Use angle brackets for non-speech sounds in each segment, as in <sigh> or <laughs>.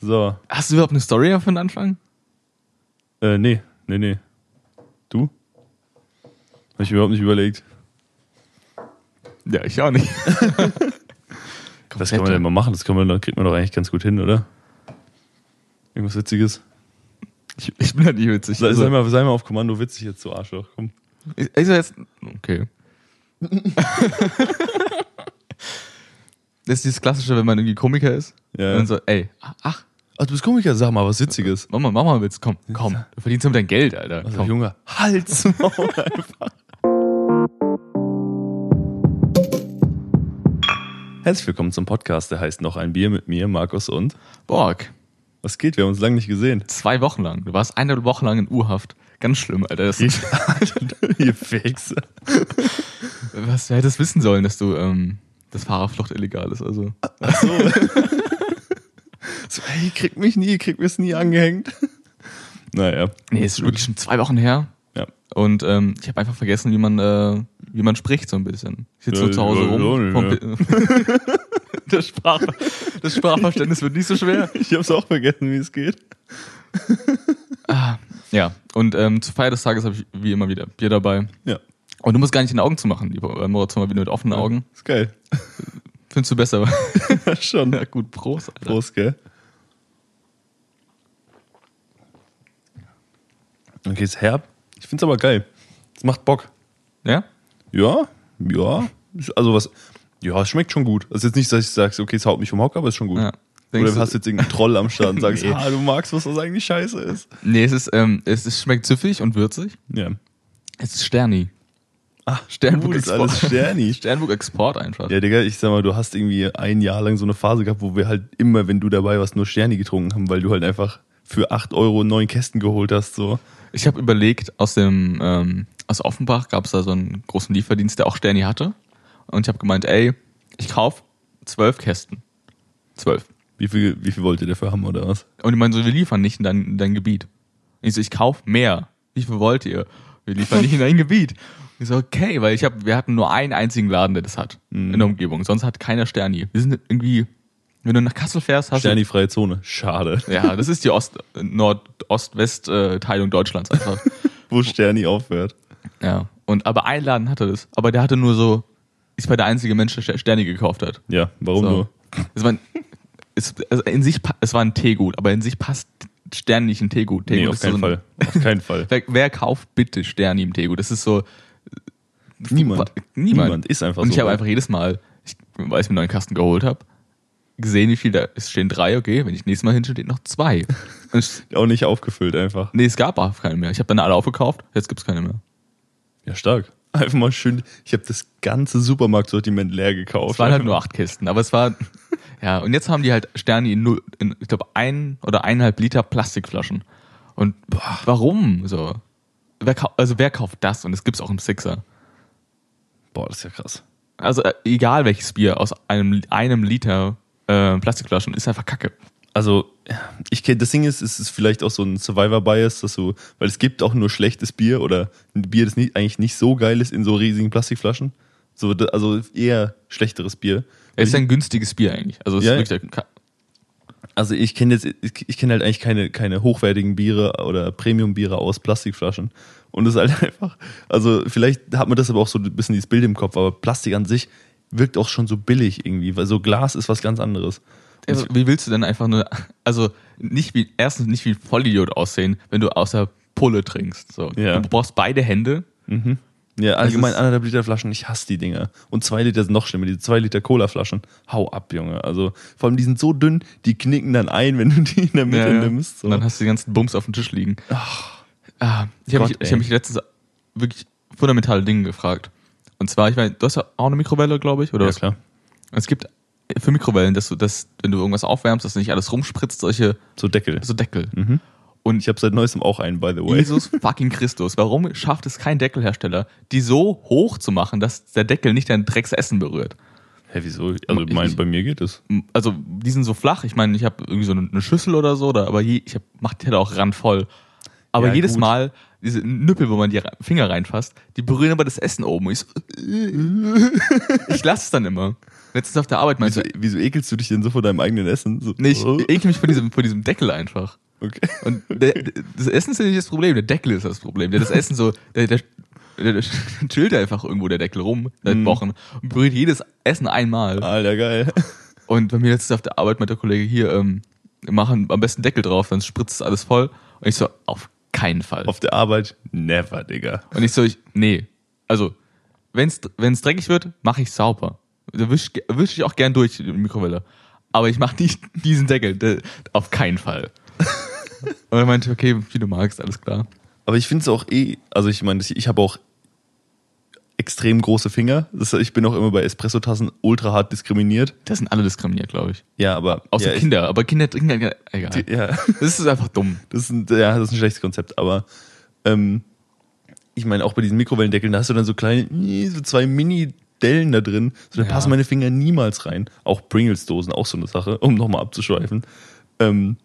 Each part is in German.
So. Hast du überhaupt eine Story auf den Anfang? Äh, nee, nee, nee. Du? Habe ich überhaupt nicht überlegt. Ja, ich auch nicht. <laughs> Das kann man ja mal machen, das kann man, da kriegt man doch eigentlich ganz gut hin, oder? Irgendwas Witziges. ich, ich bin halt nicht witzig. Sei, sei, Also, mal, sei mal auf Kommando witzig jetzt, so Arschloch. Komm. ich, ich soll jetzt, <laughs> okay. das ist dieses Klassische, wenn man irgendwie Komiker ist. Ja. Und dann so, ey, ach, Ach, du bist Komiker, sag mal was Witziges. mach mal, mach mal einen Witz, komm, komm. Du verdienst damit dein Geld, Alter. Also, Komm. Junge, Hals <laughs> Maul einfach. Herzlich willkommen zum Podcast, der heißt Noch ein Bier mit mir, Markus und. Borg, Was geht? Wir haben uns lange nicht gesehen. <laughs> zwei Wochen lang. Du warst eine Woche lang in U-Haft. Ganz schlimm, Alter. Das, Ihr Fixer. <laughs> was, wer hätte es wissen sollen, dass du, ähm, das Fahrerflucht illegal ist, also. <laughs> So, ey, ihr kriegt mich nie, ihr kriegt mir's nie angehängt. Naja. Nee, es ist wirklich schon zwei Wochen her. Ja. Und ähm, ich habe einfach vergessen, wie man, äh, wie man spricht so ein bisschen. Ich sitze so Ja, zu Hause ja, rum. ja, vom ja. Pi- <laughs> das, Sprach, das Sprachverständnis wird nicht so schwer. Ich hab's auch vergessen, wie es geht. Ja, und ähm, zur Feier des Tages habe ich wie immer wieder Bier dabei. Ja. Und du musst gar nicht den Augen zumachen, lieber äh, Moritz, mal wieder mit offenen Augen. Ist geil. Findest du besser? <laughs> <laughs> Schon. ja, gut, Prost. Alter. Prost, gell? Okay, ist herb. Ich find's aber geil. Es macht Bock. Ja? Ja, ja. Ist- Also was. Ja, es schmeckt schon gut. Also jetzt nicht, dass ich sage, okay, es haut mich vom Hocker, aber ist schon gut. Ja. Denkst Oder du- hast jetzt irgendeinen Troll am Start und <laughs> sagst, Nee. ah, du magst was, was eigentlich scheiße ist. Nee, es ist, ähm, es ist, schmeckt süffig und würzig. Ja. Es ist Sterni. Ah, Sternburg gut, ist alles Export. Sterni. <laughs> Sternburg Export einfach. <laughs> Ja, Digga, ich sag mal, du hast irgendwie ein Jahr lang so eine Phase gehabt, wo wir halt immer, wenn du dabei warst, nur Sterni getrunken haben, weil du halt einfach für 8 Euro neun Kästen geholt hast. So. Ich habe überlegt, aus dem ähm, aus Offenbach gab es da so einen großen Lieferdienst, der auch Sterni hatte. Und ich habe gemeint, ey, ich kauf zwölf Kästen. Zwölf. Wie viel, wie viel wollt ihr dafür haben oder was? Und die meinen so, wir liefern nicht in dein, in dein Gebiet. Und ich so, ich kauf mehr. Wie viel wollt ihr? Wir liefern nicht in dein Gebiet. Und ich so, okay, weil ich hab, wir hatten nur einen einzigen Laden, der das hat in der Umgebung. Sonst hat keiner Sterni. Wir sind irgendwie, wenn du nach Kassel fährst, hast du Sterni-freie Zone. Schade. ja, das ist die Ost, Nord-Ost-West-Teilung äh, Deutschlands einfach. <laughs> Wo Sterni aufhört. Ja. Und aber ein Laden hatte das. Aber der hatte nur so, ich war der einzige Mensch, der Sterne gekauft hat. Ja, warum So. nur? Es war, ein- es, also in sich, pa- es war ein Teegut, aber in sich passt Stern nicht in Teegut. Teegut Nee, auf ist so keinen ein- Fall. Auf <laughs> keinen Fall. Wer, wer kauft bitte Sterni im Teegut? Das ist so. Niemand. Niemand. Ist einfach Und so. ich habe einfach jedes Mal, ich, weil ich mir einen neuen Kasten geholt habe, gesehen, wie viel da. Es stehen drei, okay. Wenn ich nächstes Mal hinstehe, stehen noch <laughs> zwei. Und es- auch nicht aufgefüllt einfach. nee, es gab auch keine mehr. Ich habe dann alle aufgekauft, jetzt gibt's keine mehr. Ja, stark. Einfach mal schön. Ich habe das ganze Supermarktsortiment leer gekauft. Es waren halt nur acht Kisten, aber es war. <laughs> Ja, und jetzt haben die halt Sterni in, null, in ich glaube, ein oder eineinhalb Liter Plastikflaschen. Und warum so? Wer kau- also wer kauft das? Und es gibt's auch im Sixer. Boah, das ist ja krass. Also äh, egal welches Bier aus einem, einem Liter äh, Plastikflaschen ist einfach Kacke. Also, ich kenne, das Ding ist, es ist vielleicht auch so ein Survivor-Bias, dass du, weil es gibt auch nur schlechtes Bier oder ein Bier, das nicht, eigentlich nicht so geil ist in so riesigen Plastikflaschen. So, da- also eher schlechteres Bier. Es ist ein günstiges Bier eigentlich. Also es Ja, ist wirklich der Ka- Also ich kenne jetzt, ich, ich kenne halt eigentlich keine, keine hochwertigen Biere oder Premium-Biere aus Plastikflaschen. Und es ist halt <laughs> einfach, also vielleicht hat man das aber auch so ein bisschen dieses Bild im Kopf, aber Plastik an sich wirkt auch schon so billig irgendwie, weil so Glas ist was ganz anderes. also, wie willst du denn einfach nur, also nicht wie, erstens nicht wie ein Vollidiot aussehen, wenn du aus der Pulle trinkst. So. Ja. Du brauchst beide Hände, Ja, allgemein ist- anderthalb Liter Flaschen, ich hasse die Dinger. Und zwei Liter sind noch schlimmer, diese zwei Liter Cola-Flaschen. Hau ab, Junge. Also vor allem die sind so dünn, die knicken dann ein, wenn du die in der Mitte Ja, ja. nimmst. So. Und dann hast du die ganzen Bums auf dem Tisch liegen. Ah, ich habe Gott, mich, ich hab ey. mich letztens wirklich fundamentale Dinge gefragt. Und zwar, ich meine, du hast ja auch eine Mikrowelle, glaube ich, oder? ja, was? klar. Es gibt für Mikrowellen, dass du das, wenn du irgendwas aufwärmst, dass nicht alles rumspritzt, solche So Deckel. so Deckel. Mhm. Ich habe seit neuestem auch einen, by the <laughs> way. Jesus fucking Christus, warum schafft es kein Deckelhersteller, die so hoch zu machen, dass der Deckel nicht dein Drecksessen berührt? Hä, wieso? Also Ich- mein, ich- bei mir geht es. also die sind so flach. Ich meine, ich habe irgendwie so eine eine Schüssel oder so, oder, aber je, ich hab, mach die halt auch randvoll. Aber Ja, jedes gut. Mal, diese Nüppel, wo man die Ra- <laughs> Finger reinfasst, die berühren aber das Essen oben. Ich, so, ich lasse es dann immer. Letztens auf der Arbeit meinte Wieso, wieso ekelst du dich denn so vor deinem eigenen Essen? So, Nee, ich oh, ekel mich vor diesem, vor diesem Deckel einfach. okay. Und der, das Essen ist ja nicht das Problem, der Deckel ist das Problem. Der das Essen so, der, der, der, der chillt einfach irgendwo der Deckel rum seit Mhm. Wochen und berührt jedes Essen einmal. Alter, geil. Und bei mir letztens auf der Arbeit meint der Kollege hier, ähm, machen am besten Deckel drauf, dann spritzt es alles voll. Und ich so, auf keinen Fall. Auf der Arbeit, never, Digga. Und ich so, ich, nee. Also, wenn's, wenn's dreckig wird, mache ich sauber. Da wisch, wisch ich auch gern durch die Mikrowelle. Aber ich mache <laughs> nicht diesen Deckel. Da, auf <laughs> keinen Fall. Und er meinte, okay, wie du magst, alles klar. Aber ich finde es auch eh, also ich meine, ich, ich habe auch extrem große Finger. Das, ich bin auch immer bei Espressotassen ultra hart diskriminiert. Das sind alle diskriminiert, glaube ich. Ja, aber. Außer ja, ich- Kinder. Aber Kinder trinken ja- egal. die- ja. <laughs> das ist einfach dumm. Das ist ein, ja, das ist ein schlechtes Konzept, aber ähm, ich meine, auch bei diesen Mikrowellendeckeln, da hast du dann so kleine, mm, so zwei Mini-Dellen da drin, so da Ja. passen meine Finger niemals rein. Auch Pringles-Dosen, auch so eine Sache, um nochmal abzuschweifen. Ähm,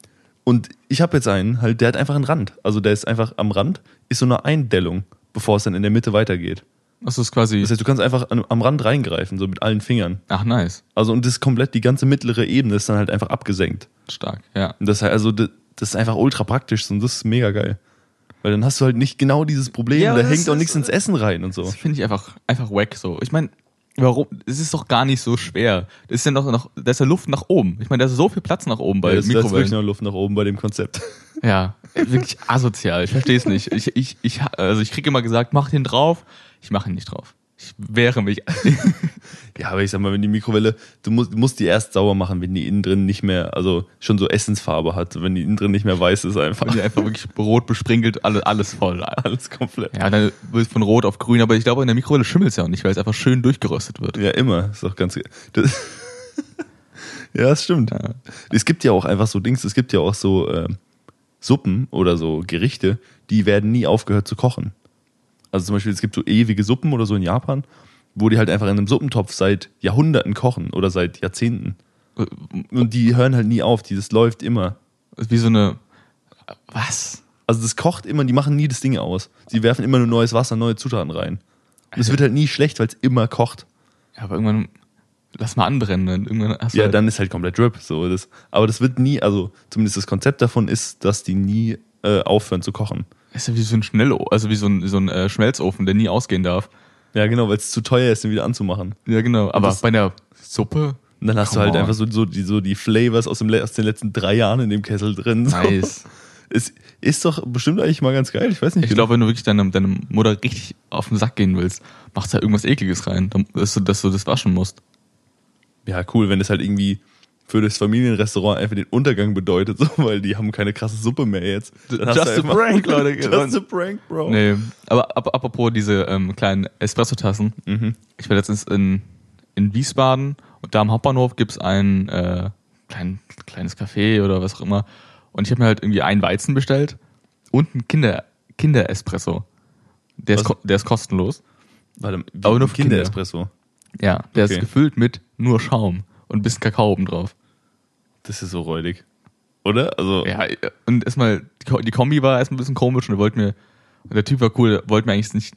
und ich habe jetzt einen, halt, der hat einfach einen Rand. Also der ist einfach am Rand, ist so eine Eindellung, bevor es dann in der Mitte weitergeht. Das ist quasi. Das heißt, du kannst einfach an, am Rand reingreifen, so mit allen Fingern. Ach, nice. Also und das ist komplett, die ganze mittlere Ebene ist dann halt einfach abgesenkt. Stark, ja. Und das, heißt, also, das das ist einfach ultra praktisch und das ist mega geil. Weil dann hast du halt nicht genau dieses Problem, Ja, da das hängt auch ist- nichts ins Essen rein und so. Das finde ich einfach, einfach wack so. Ich meine, warum? Es ist doch gar nicht so schwer. Das ist ja noch, noch da ist ja Luft nach oben. Ich meine, da ist so viel Platz nach oben bei Weil es da ist Mikrowellen. wirklich noch Luft nach oben bei dem Konzept. <laughs> Ja, wirklich asozial. Ich verstehe es nicht. Ich, ich, ich, also ich kriege immer gesagt, mach den drauf. Ich mache ihn nicht drauf. Ich wehre mich. <laughs> Ja, aber ich sag mal, wenn die Mikrowelle, du musst, du musst die erst sauer machen, wenn die innen drin nicht mehr, also schon so Essensfarbe hat, wenn die innen drin nicht mehr weiß ist Und einfach. die einfach wirklich rot besprinkelt, alles, alles voll. <laughs> Alles komplett. Ja, dann wird von rot auf grün. Aber ich glaube, in der Mikrowelle schimmelt es ja auch nicht, weil es einfach schön durchgeröstet wird. Ja, immer. Ist doch ganz. Das <laughs> ja, das stimmt. Es gibt ja auch einfach so Dings, es gibt ja auch so äh, Suppen oder so Gerichte, die werden nie aufgehört zu kochen. Also zum Beispiel, es gibt so ewige Suppen oder so in Japan, wo die halt einfach in einem Suppentopf seit Jahrhunderten kochen oder seit Jahrzehnten. Und die hören halt nie auf, die, das läuft immer. Ist Wie so eine. Was? Also das kocht immer, die machen nie das Ding aus. Sie werfen immer nur neues Wasser, neue Zutaten rein. Und es wird halt nie schlecht, weil es immer kocht. Ja, aber irgendwann. Lass mal anbrennen. dann Irgendwann hast du Ja, halt- dann ist halt komplett Drip. So, das, aber das wird nie, also zumindest das Konzept davon ist, dass die nie äh, aufhören zu kochen. Ist ja wie so ein Schnello, also wie so ein, so ein äh, Schmelzofen, der nie ausgehen darf. Ja, genau, weil es zu teuer ist, den wieder anzumachen. Ja, genau. Aber das- bei einer Suppe. Und dann hast Come du halt on. einfach so, so, die, so die Flavors aus, dem, le- aus den letzten drei Jahren in dem Kessel drin. So. Nice. <laughs> Es ist doch bestimmt eigentlich mal ganz geil. Ich weiß nicht. Ich glaube, wenn du wirklich deiner, deiner Mutter richtig auf den Sack gehen willst, machst du da irgendwas Ekliges rein, dann- dass du, dass du das waschen musst. ja, cool, wenn das halt irgendwie für das Familienrestaurant einfach den Untergang bedeutet, <laughs> so, weil die haben keine krasse Suppe mehr jetzt. Dann hast du Just a einfach- <laughs> prank, Leute. Just a prank, Bro. Nee, aber ap apropos diese ähm, kleinen Espresso-Tassen. Mhm. Ich war letztens in, in Wiesbaden und da am Hauptbahnhof gibt's ein äh, klein, kleines Café oder was auch immer. Und ich habe mir halt irgendwie einen Weizen bestellt und einen Kinder, Kinder-Espresso. Der Was? ist, ko- der ist kostenlos. Warte, wie Aber nur ein für Kinder. Kinderespresso. Ja, der ist Okay. gefüllt mit nur Schaum und ein bisschen Kakao obendrauf. Das ist so räudig. Oder? Also, Ja, und erstmal, die Ko- die Kombi war erstmal ein bisschen komisch und er wollte mir, und der Typ war cool, der wollte mir eigentlich nicht,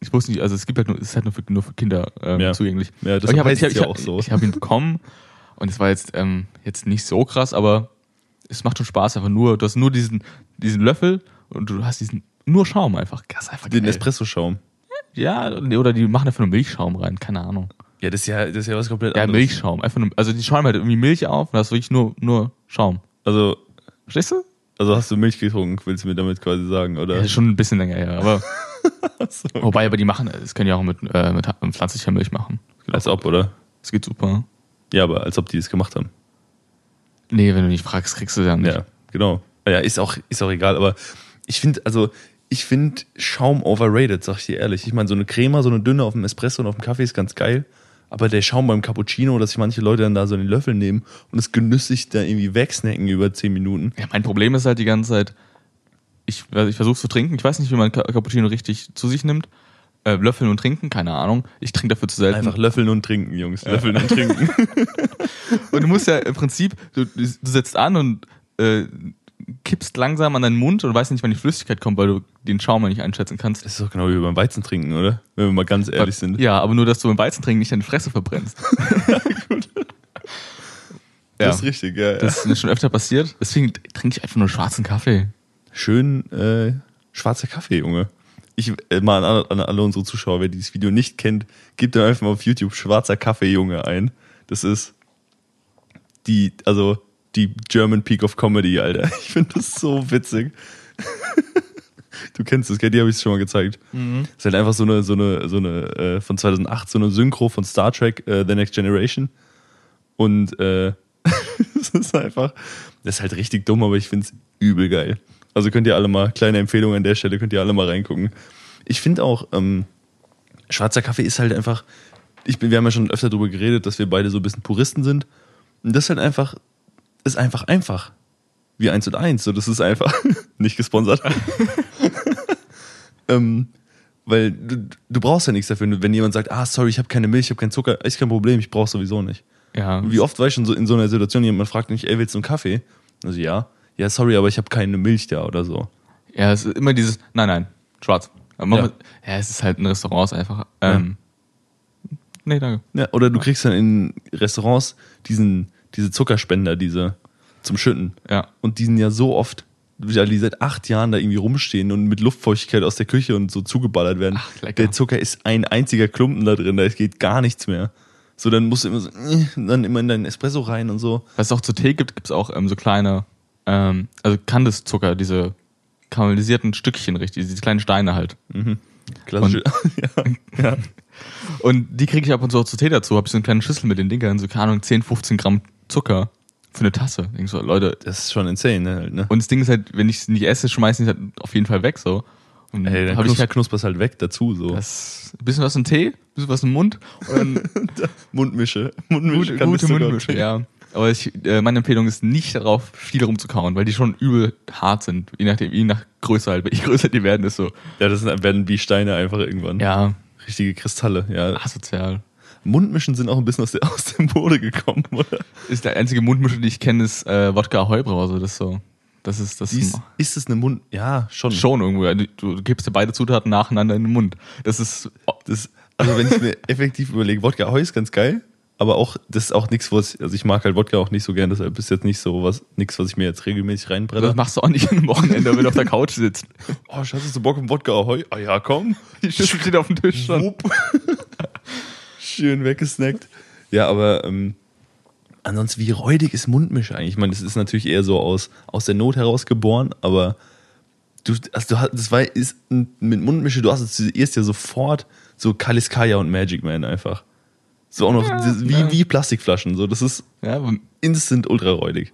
ich wusste nicht, also es gibt halt nur, es ist halt nur für, nur für Kinder ähm, Ja. zugänglich. Ja, das Aber ich hab- heißt ich hab- es ich ja hab- auch so. Ich habe ihn bekommen und es war jetzt, ähm, jetzt nicht so krass, aber es macht schon Spaß, einfach nur, du hast nur diesen, diesen Löffel und du hast diesen, nur Schaum einfach. Das ist einfach den geil. Espresso-Schaum. Ja, oder die machen einfach nur Milchschaum rein, keine Ahnung. Ja, das ist ja, das ist ja was komplett Ja, anderes. Milchschaum, einfach nur, also die schäumen halt irgendwie Milch auf und da hast du wirklich nur, nur Schaum. Also, Verstehst du? also hast du Milch getrunken, willst du mir damit quasi sagen, Ja, oder? das ist schon ein bisschen länger her, aber so. Wobei, aber die machen, das können ja auch mit, äh, mit pflanzlicher Milch machen. Genau. Als ob, oder? Das geht super. Ja, aber als ob die das gemacht haben. Nee, wenn du nicht fragst, kriegst du dann nicht. Ja, genau. Ja, ist auch, ist auch egal, aber ich finde, also, ich finde Schaum overrated, sag ich dir ehrlich. Ich meine, so eine Crema, so eine dünne auf dem Espresso und auf dem Kaffee ist ganz geil, aber der Schaum beim Cappuccino, dass sich manche Leute dann da so einen Löffel nehmen und es genüsslich da irgendwie wegsnacken über 10 Minuten. Ja, mein Problem ist halt die ganze Zeit, ich, also ich versuche zu trinken. Ich weiß nicht, wie man Ca- Cappuccino richtig zu sich nimmt. Äh, löffeln und trinken, keine Ahnung. Ich trinke dafür zu selten. Einfach löffeln und trinken, Jungs. Löffeln und <laughs> trinken. Und du musst ja im Prinzip, du, du setzt an und äh, kippst langsam an deinen Mund und weißt nicht, wann die Flüssigkeit kommt, weil du den Schaum nicht einschätzen kannst. Das ist doch genau wie beim Weizen trinken, oder? Wenn wir mal ganz ehrlich sind. Ja, aber nur, dass du beim Weizentrinken nicht deine <laughs> Fresse verbrennst. ja, Das ist richtig, ja. ja. das ist mir schon öfter passiert. Deswegen trinke ich einfach nur schwarzen Kaffee. Schön äh, schwarzer Kaffee, Junge. Ich, äh, mal an, an alle unsere Zuschauer, wer dieses Video nicht kennt, gebt dann einfach mal auf YouTube schwarzer Kaffee, Junge ein. Das ist die, also die German Peak of Comedy, Alter. <laughs> Ich finde das so witzig. <laughs> Du kennst das, gell? Die habe ich schon mal gezeigt. Das ist halt einfach so eine, so eine, so eine äh, von 2008, so eine Synchro von Star Trek äh, The Next Generation. Und äh, <laughs> es ist einfach, das ist halt richtig dumm, aber ich finde es übel geil. Also könnt ihr alle mal, kleine Empfehlung an der Stelle, könnt ihr alle mal reingucken. Ich finde auch, ähm, schwarzer Kaffee ist halt einfach, ich bin, wir haben ja schon öfter darüber geredet, dass wir beide so ein bisschen Puristen sind. Und das ist halt einfach, ist einfach einfach. Wie eins und eins, so das ist einfach <laughs> nicht gesponsert. ähm, weil du, du brauchst ja nichts dafür. Wenn jemand sagt, ah, sorry, ich habe keine Milch, ich habe keinen Zucker, ist kein Problem, ich brauche sowieso nicht. Ja. Wie oft war ich schon so in so einer Situation, jemand fragt mich, ey, willst du einen Kaffee? Also ja, ja, sorry, aber ich habe keine Milch da oder so. Ja, es ist immer dieses, nein, nein, schwarz. Aber man Ja. muss- ja, es ist halt ein Restaurant, ist einfach. Ähm, Nee, danke. Ja, oder du kriegst dann in Restaurants diesen, diese Zuckerspender, diese zum Schütten. Ja. Und die sind ja so oft, weil die seit acht Jahren da irgendwie rumstehen und mit Luftfeuchtigkeit aus der Küche und so zugeballert werden. Ach, lecker. der Zucker ist ein einziger Klumpen da drin, da geht gar nichts mehr. So, dann musst du immer so, äh, dann immer in deinen Espresso rein und so. Was es auch zu Tee gibt, gibt's auch ähm, so kleine, ähm, also Kandiszucker, diese karamellisierten Stückchen, richtig, diese kleinen Steine halt. Klassische. <laughs> ja, ja. Und die kriege ich ab und zu auch zu Tee dazu. Habe ich so eine kleine Schüssel mit den Dingern, so keine Ahnung, 10, 15 Gramm Zucker für eine Tasse. Denk so, Leute. Das ist schon insane, ne? halt, ne? Und das Ding ist halt, wenn ich es nicht esse, schmeiß ich es halt auf jeden Fall weg so. Und Ey, dann hab knus ich halt knusperst halt weg dazu, so. das, ein bisschen was im Tee, ein bisschen was im Mund und <laughs> dann Mundmische. Mundmische gute, kann das gute sogar- Mundmische, ja. Aber ich, äh, meine Empfehlung ist nicht darauf, viel rumzukauen, weil die schon übel hart sind. Je nachdem, je nach <laughs> Größe halt. Je größer die werden, ist so, Ja, das sind, werden wie Steine einfach irgendwann. ja, Richtige Kristalle, ja. asozial. Mundmischen sind auch ein bisschen aus der, <laughs> aus der Mode gekommen, oder? Ist der einzige Mundmische, die ich kenne, ist äh, Wodka Heubrause. Das ist so, das ist das Dies, ist es eine Mund... Ja, schon. Hm. schon irgendwo. ja. Du, du gibst dir beide Zutaten nacheinander in den Mund. Das ist, Das, also wenn ich mir <laughs> effektiv überlege, Wodka Heu ist ganz geil, aber auch, das ist auch nichts, was... Also ich mag halt Wodka auch nicht so gern, deshalb ist jetzt nicht so was, nichts, was ich mir jetzt regelmäßig das reinbrenne. machst du auch nicht am Wochenende, wenn du auf der Couch sitzt. Oh, Schatz, hast du Bock auf Wodka Heu? Ah ja, komm. Die Schüssel steht auf dem Tisch schon. Wupp. <laughs> Schön weggesnackt. Ja, aber ähm, ansonsten, wie räudig ist Mundmische eigentlich? Ich meine, das ist natürlich eher so aus, aus der Not heraus geboren, aber du, also du hast, das war, ist, mit Mundmische, du assoziierst ja sofort so Kaliskaya und Magic Man einfach. So auch noch, das, wie, ja. wie Plastikflaschen, so, das ist Ja, aber, instant ultra räudig.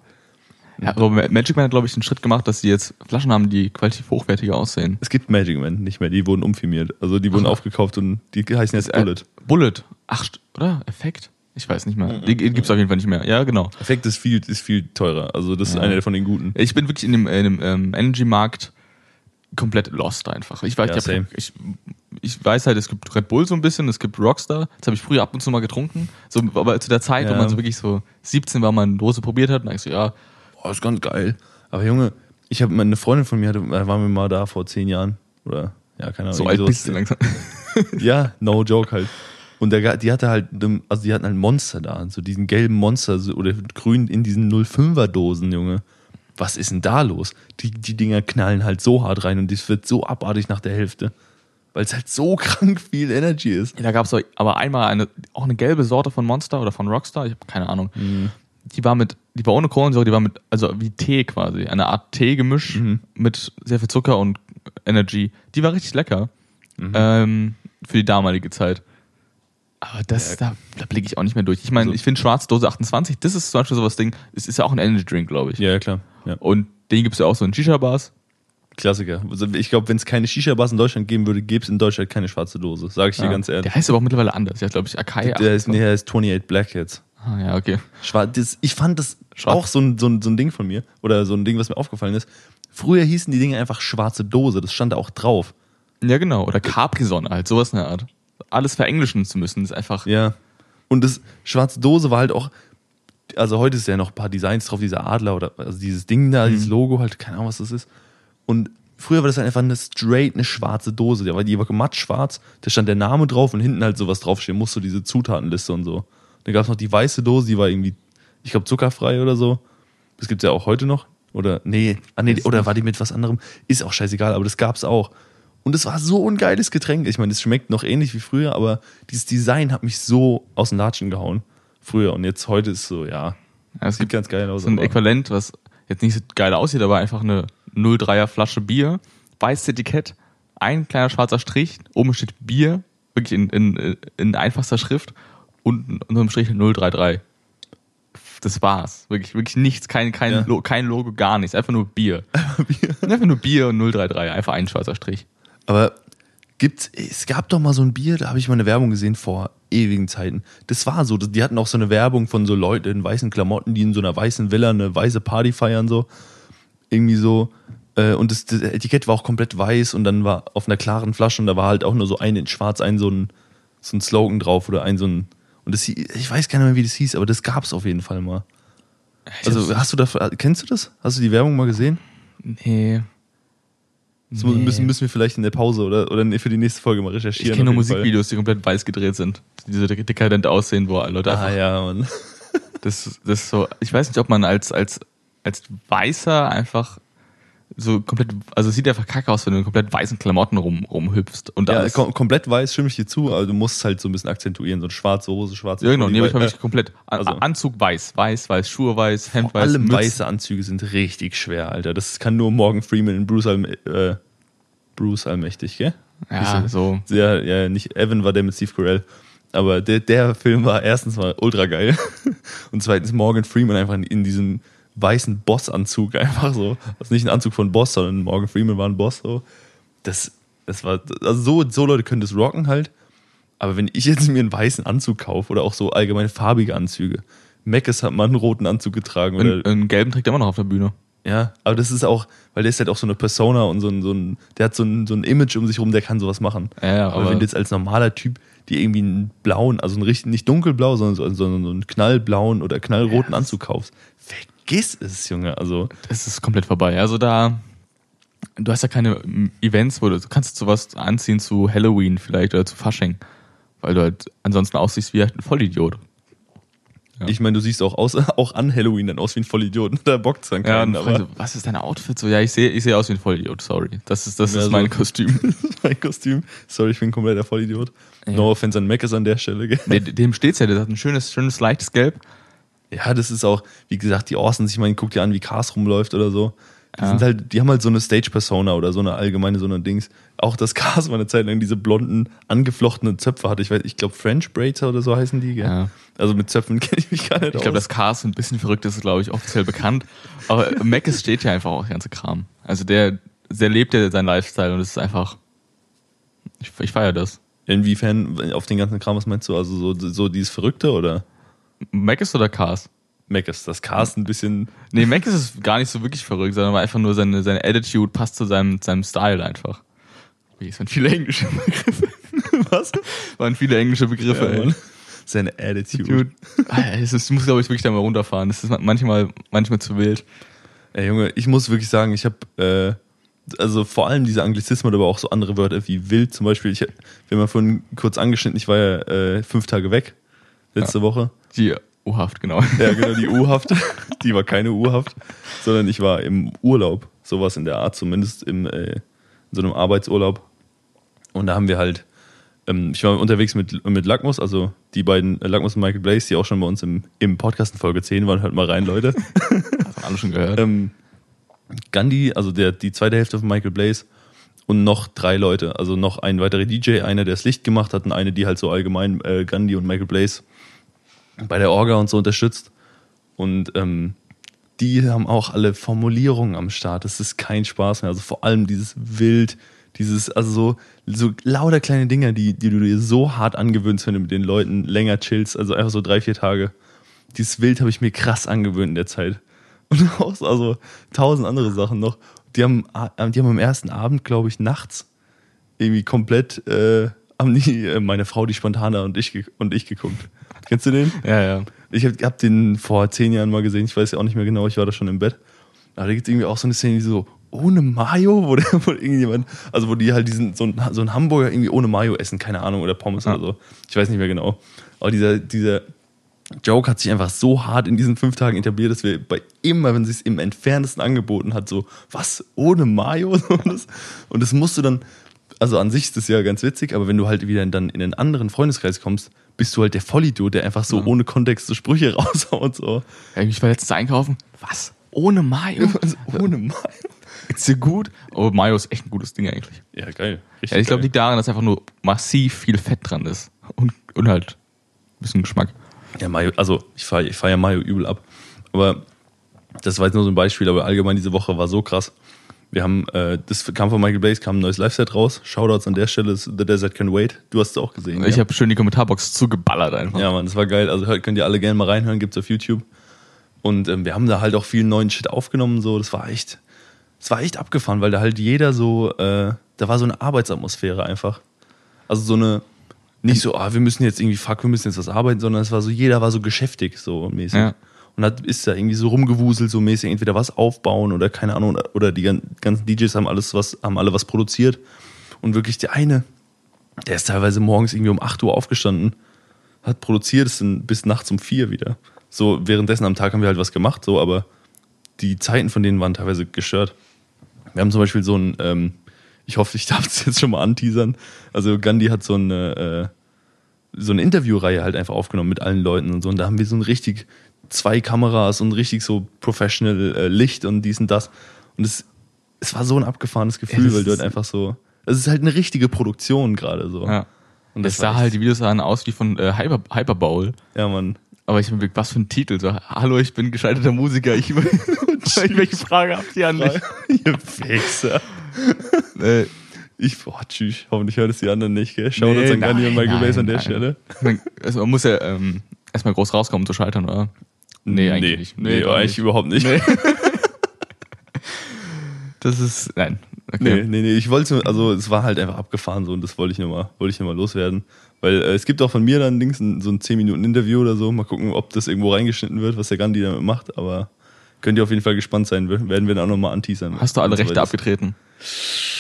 ja, aber Magic Man hat, glaube ich, einen Schritt gemacht, dass sie jetzt Flaschen haben, die qualitativ hochwertiger aussehen. Es gibt Magic Man nicht mehr, die wurden umfirmiert. Also die wurden Aha. aufgekauft und die heißen jetzt Bullet. Äh, Bullet. Ach, st- oder? Effekt? Ich weiß nicht mehr. Die, die gibt's auf jeden Fall nicht mehr. Ja, genau. Effekt ist viel, ist viel teurer. Also das Ja. ist einer von den guten. Ich bin wirklich in dem, in dem ähm, Energy-Markt komplett lost einfach. Ich weiß, Ja, ich, same. hab, ich, ich weiß halt, es gibt Red Bull so ein bisschen, es gibt Rockstar. Das habe ich früher ab und zu mal getrunken. So, aber zu der Zeit, Ja. wo man so wirklich so 17 war, man eine Dose probiert hat und dann ich so, ja, Boah, Oh, ist ganz geil. Aber Junge, ich habe eine Freundin von mir, hatte, da waren wir mal da vor zehn Jahren. Oder, ja, keine Ahnung. so alt irgendwie bist du sowas. langsam. <laughs> Ja, no joke halt. Und der, ga- die hatte halt, dem- also die hatten halt Monster da, so diesen gelben Monster so- oder grün in diesen 05er Dosen, Junge. Was ist denn da los? Die, die Dinger knallen halt so hart rein und das wird so abartig nach der Hälfte. Weil es halt so <laughs> krank viel Energy ist. Ja, da gab's auch- aber einmal eine, auch eine gelbe Sorte von Monster oder von Rockstar, ich habe keine Ahnung. Mhm. Die war mit, die war ohne Kohlensäure, die war mit, also wie Tee quasi, eine Art Tee-Gemisch Mhm. mit sehr viel Zucker und Energy. Die war richtig lecker Mhm. ähm, für die damalige Zeit. Aber das, da, da blicke ich auch nicht mehr durch. Ich meine, Also- ich finde schwarze Dose 28, das ist zum Beispiel sowas Ding, es ist ja auch ein Energy-Drink, glaube ich. Ja, klar. Ja. Und den gibt's ja auch so in Shisha-Bars. Klassiker. Also ich glaube, wenn es keine Shisha-Bars in Deutschland geben würde, gäbe es in Deutschland keine schwarze Dose. Sag ich dir Ja. ganz ehrlich. Der heißt aber auch mittlerweile anders. Der heißt, glaube ich, Akai. Der ist, nee, der ist 28 Black jetzt. Ah, ja, okay. Schwarz, das, ich fand das Schwarz. auch so ein, so, ein, so ein Ding von mir. Oder so ein Ding, was mir aufgefallen ist. Früher hießen die Dinge einfach schwarze Dose. Das stand da auch drauf. Ja, genau. Oder Capri-Sonne halt, sowas in der Art. Alles verenglischen zu müssen, ist einfach. Ja. Und das schwarze Dose war halt auch. Also heute ist ja noch ein paar Designs drauf, dieser Adler oder also dieses Ding da, dieses Logo halt, keine Ahnung, was das ist. Und Früher war das halt einfach eine straight, eine schwarze Dose. Die war, die war mattschwarz, da stand der Name drauf und hinten halt sowas draufstehen musste, diese Zutatenliste und so. Dann gab es noch die weiße Dose, die war irgendwie, ich glaube, zuckerfrei oder so. Das gibt's ja auch heute noch. Oder, nee, ah, nee Weiß oder nicht. war die mit was anderem? Ist auch scheißegal, aber das gab's auch. Und es war so ein geiles Getränk. Ich meine, es schmeckt noch ähnlich wie früher, aber dieses Design hat mich so aus den Latschen gehauen. Früher und jetzt heute ist so, ja, Ja, es sieht gibt ganz geil aus. so ein aber- Äquivalent, was jetzt nicht so geil aussieht, aber einfach eine 03er Flasche Bier, weißes Etikett, ein kleiner schwarzer Strich, oben steht Bier, wirklich in, in, in einfachster Schrift, unten unter dem Strich 033. Das war's. Wirklich, wirklich nichts, kein, kein, Ja. Lo kein Logo, gar nichts. Einfach <laughs> nur Bier. Einfach nur Bier und 033, einfach ein schwarzer Strich. Aber gibt's, es gab doch mal so ein Bier, da habe ich mal eine Werbung gesehen vor ewigen Zeiten. Das war so, das- die hatten auch so eine Werbung von so Leuten in weißen Klamotten, die in so einer weißen Villa eine weiße Party feiern, so. Irgendwie so. Äh, Und das, das Etikett war auch komplett weiß und dann war auf einer klaren Flasche und da war halt auch nur so ein in schwarz, ein so ein, so ein Slogan drauf oder ein so ein. Und das, hie- ich weiß gar nicht mehr, wie das hieß, aber das gab's auf jeden Fall mal. Also hast du da, kennst du das? Hast du die Werbung mal gesehen? Nee. Das mu- Nee. müssen, müssen wir vielleicht in der Pause oder, oder nee, für die nächste Folge mal recherchieren. Ich kenne nur auf jeden Fall. Musikvideos, die komplett weiß gedreht sind, die so dek- dekadent aussehen, wo Leute einfach Ah ja, Mann. Das, das ist so, ich weiß nicht, ob man als, als, als Weißer einfach so komplett, also es sieht einfach kacke aus, wenn du in komplett weißen Klamotten rum, rumhüpfst. Und Ja, alles. kom komplett weiß stimme ich dir zu, aber du musst es halt so ein bisschen akzentuieren, so eine schwarze Hose, schwarze ja, genau, nee, aber ich weil- meine wirklich komplett. An- also- Anzug weiß, weiß, weiß, Schuhe weiß, Hemd Vor weiß, allem Mütze- äh, weiße Anzüge sind richtig schwer, Alter. Das kann nur Morgan Freeman und Bruce, Allm äh, Bruce Allmächtig, gell? Ja, so. Ja, ja, nicht Evan war der mit Steve Carell. Aber der, der Film war erstens mal ultra geil <laughs> und zweitens Morgan Freeman einfach in, in diesem weißen Boss-Anzug einfach so. Also nicht ein Anzug von Boss, sondern Morgan Freeman war ein Boss so. Das, das war, also so, so Leute können das rocken halt. Aber wenn ich jetzt mir einen weißen Anzug kaufe oder auch so allgemeine farbige Anzüge, Meckes hat mal einen roten Anzug getragen oder Und, und gelben trägt er immer noch auf der Bühne. ja, aber das ist auch, weil der ist halt auch so eine Persona und so ein, so ein der hat so ein, so ein Image um sich rum, der kann sowas machen. Ja, ja, aber, aber- wenn du jetzt als normaler Typ dir irgendwie einen blauen, also einen richtig, nicht dunkelblau, sondern so, sondern so einen knallblauen oder knallroten Ja, das- Anzug kaufst, vergiss es, Junge. Also, Das ist komplett vorbei. Also da, du hast ja keine mm, Events, wo du, du kannst sowas anziehen zu Halloween vielleicht oder zu Fasching. Weil du halt ansonsten aussiehst wie ein Vollidiot. Ja. ich meine, du siehst auch, aus, <laughs> auch an Halloween dann aus wie ein Vollidioten. Da bockt dann Ja, also und keinen, aber aber <laughs> so, Ähm, was ist dein Outfit? So, ja, ich sehe ich sehe aus wie ein Vollidiot, sorry. Das ist, das Ja, ist so. mein Kostüm. mein Kostüm. Sorry, ich bin ein kompletter Vollidiot. Ja. No offense an Meckes an der Stelle, gell? Nee, dem steht's ja, der hat ein schönes, schönes, leichtes Gelb. Ja, das ist auch, wie gesagt, die Orsons, ich meine, guck dir an, wie Cars rumläuft oder so. Die Ja. sind halt, die haben halt so eine Stage-Persona oder so eine allgemeine, so eine Dings. Auch dass <laughs> Cars mal eine Zeit lang diese blonden, angeflochtenen Zöpfe hatte. Ich weiß, ich glaube French Braids oder so heißen die, gell? Ja. Also mit Zöpfen <laughs> kenne ich mich gar nicht Ich glaube, aus. das Cars ein bisschen verrückt ist, glaube ich, offiziell bekannt. Aber Macis steht ja einfach auch der ganze Kram. Also der, der lebt ja seinen Lifestyle und es ist einfach. Ich, ich feiere das. Inwiefern, auf den ganzen Kram, was meinst du? Also so, so dieses Verrückte oder? Macis oder Cars? Meckes, das Cars ein bisschen. Nee, Macis ist gar nicht so wirklich verrückt, sondern war einfach nur seine, seine Attitude passt zu seinem, seinem Style einfach. Wie ist viele englische Begriffe? <laughs> Was? Waren viele englische Begriffe, ey. Mann. äh, <laughs> Seine Attitude. Dude. <laughs> Alter, Es ist, ich muss, glaube ich, wirklich da mal runterfahren. Das ist manchmal, manchmal zu wild. Ey, Junge, ich muss wirklich sagen, ich habe äh, also vor allem diese Anglizismen, aber auch so andere Wörter wie wild zum Beispiel. Ich, wir haben ja vorhin kurz angeschnitten, ich war ja äh, fünf Tage weg letzte Woche. Die U-Haft, genau. Ja, genau, die U-Haft. die war keine U-Haft, sondern ich war im Urlaub, sowas in der Art, zumindest im, äh, in so einem Arbeitsurlaub. Und da haben wir halt, ähm, ich war unterwegs mit, mit Lackmus, also die beiden, äh, Lackmus und Michael Blaze, die auch schon bei uns im, im Podcast in Folge 10 waren, hört mal rein, Leute. <laughs> Das haben alle schon gehört. ähm, Gandhi, also der, die zweite Hälfte von Michael Blaze und noch drei Leute, also noch ein weiterer DJ, einer, der das Licht gemacht hat und eine, die halt so allgemein äh, Gandhi und Michael Blaze bei der Orga und so unterstützt. Und ähm, die haben auch alle Formulierungen am Start. Das ist kein Spaß mehr. Also vor allem dieses Wild, dieses, also so, so lauter kleine Dinger, die, die du dir so hart angewöhnst, wenn du mit den Leuten länger chillst, also einfach so drei, vier Tage. Dieses Wild habe ich mir krass angewöhnt in der Zeit. <laughs> Und auch so, also tausend andere Sachen noch. Die haben, äh, die haben am ersten Abend, glaube ich, nachts irgendwie komplett äh, haben die, äh, meine Frau, die Spontane und ich, ge- und ich geguckt. Kennst du den? ja, ja. Ich habe hab den vor zehn Jahren mal gesehen, ich weiß ja auch nicht mehr genau, ich war da schon im Bett. Aber da gibt es irgendwie auch so eine Szene, die so, ohne Mayo, wo, der, wo irgendjemand, also wo die halt diesen, so ein, so ein Hamburger irgendwie ohne Mayo essen, keine Ahnung, oder Pommes Ja. oder so. Ich weiß nicht mehr genau. Aber dieser, dieser Joke hat sich einfach so hart in diesen fünf Tagen etabliert, dass wir bei immer, wenn sie es im entferntesten angeboten hat, so, was, ohne Mayo? <laughs> So, Und das, und das musst du dann, also an sich ist das ja ganz witzig, aber wenn du halt wieder dann in einen anderen Freundeskreis kommst, bist du halt der Vollidiot, der einfach so Mhm. ohne Kontext so Sprüche <laughs> raushaut. So. Ey, Ich war letztens einkaufen. Was? Ohne Mayo? <laughs> Also, ohne Mayo? Ist sie gut? Oh, Mayo ist echt ein gutes Ding eigentlich. Ja, geil. Richtig Ja, ich glaube, geil. liegt daran, dass einfach nur massiv viel Fett dran ist. Und, und halt ein bisschen Geschmack. Ja, Mayo, also ich feiere ich feier Mayo übel ab. Aber das war jetzt nur so ein Beispiel, aber allgemein diese Woche war so krass. Wir haben, äh, das kam von Michael Blaze, kam ein neues Live-Set raus. Shoutouts an der Stelle, ist The Desert Can Wait. Du hast es auch gesehen. Ich ja? habe schön die Kommentarbox zugeballert einfach. Ja, Mann, das war geil. Also hört, könnt ihr alle gerne mal reinhören, gibt's auf YouTube. Und ähm, wir haben da halt auch viel neuen Shit aufgenommen. So, das war echt, das war echt abgefahren, weil da halt jeder so, äh, da war so eine Arbeitsatmosphäre einfach. Also so eine, nicht so, ah, wir müssen jetzt irgendwie fuck, wir müssen jetzt was arbeiten, sondern es war so, jeder war so geschäftig, so mäßig. Ja. Und hat, ist da irgendwie so rumgewuselt, so mäßig, entweder was aufbauen oder keine Ahnung, oder die gan- ganzen DJs haben alles was, haben alle was produziert. Und wirklich der eine, der ist teilweise morgens irgendwie um 8 Uhr aufgestanden, hat produziert, ist dann bis nachts um 4 wieder. So, währenddessen am Tag haben wir halt was gemacht, so, aber die Zeiten von denen waren teilweise gestört. Wir haben zum Beispiel so ein, ähm, ich hoffe, ich darf <laughs> es jetzt schon mal anteasern. Also Gandhi hat so eine, äh, so eine Interviewreihe halt einfach aufgenommen mit allen Leuten und so. Und da haben wir so ein richtig zwei Kameras und richtig so professional äh, Licht und dies und das. Und es, es war so ein abgefahrenes Gefühl, das weil du halt ist- einfach so. Es ist halt eine richtige Produktion gerade so. Ja. Und Das das sah war halt die Videos sahen aus wie von äh, Hyper, Hyperbowl. Ja, Mann. <laughs> Aber ich hab mir gedacht, was für ein Titel. So, hallo, ich bin gescheiterter Musiker. Ich <laughs> welche Frage habt ihr an mich? Ihr Wichser. Äh, Ich, boah, tschüss. Hoffentlich hören es die anderen nicht, gell? Schaut uns Nee, an Gandhi und nein, Michael Bass an nein, der Stelle. nein. man, also man muss ja ähm, erstmal groß rauskommen, um zu scheitern, oder? Nee, doch eigentlich überhaupt nicht. Das ist. Nein. Nee, Okay. nee, nee, ich wollte, nur- also es war halt einfach abgefahren so und das wollte ich nochmal, wollte ich nochmal loswerden. Weil äh, es gibt auch von mir dann links ein, so ein 10-Minuten-Interview oder so. Mal gucken, ob das irgendwo reingeschnitten wird, was der Gandhi damit macht. Aber könnt ihr auf jeden Fall gespannt sein. Wir- Werden wir dann auch nochmal anteasern. Hast du alle wenn's Rechte soweit ist. abgetreten?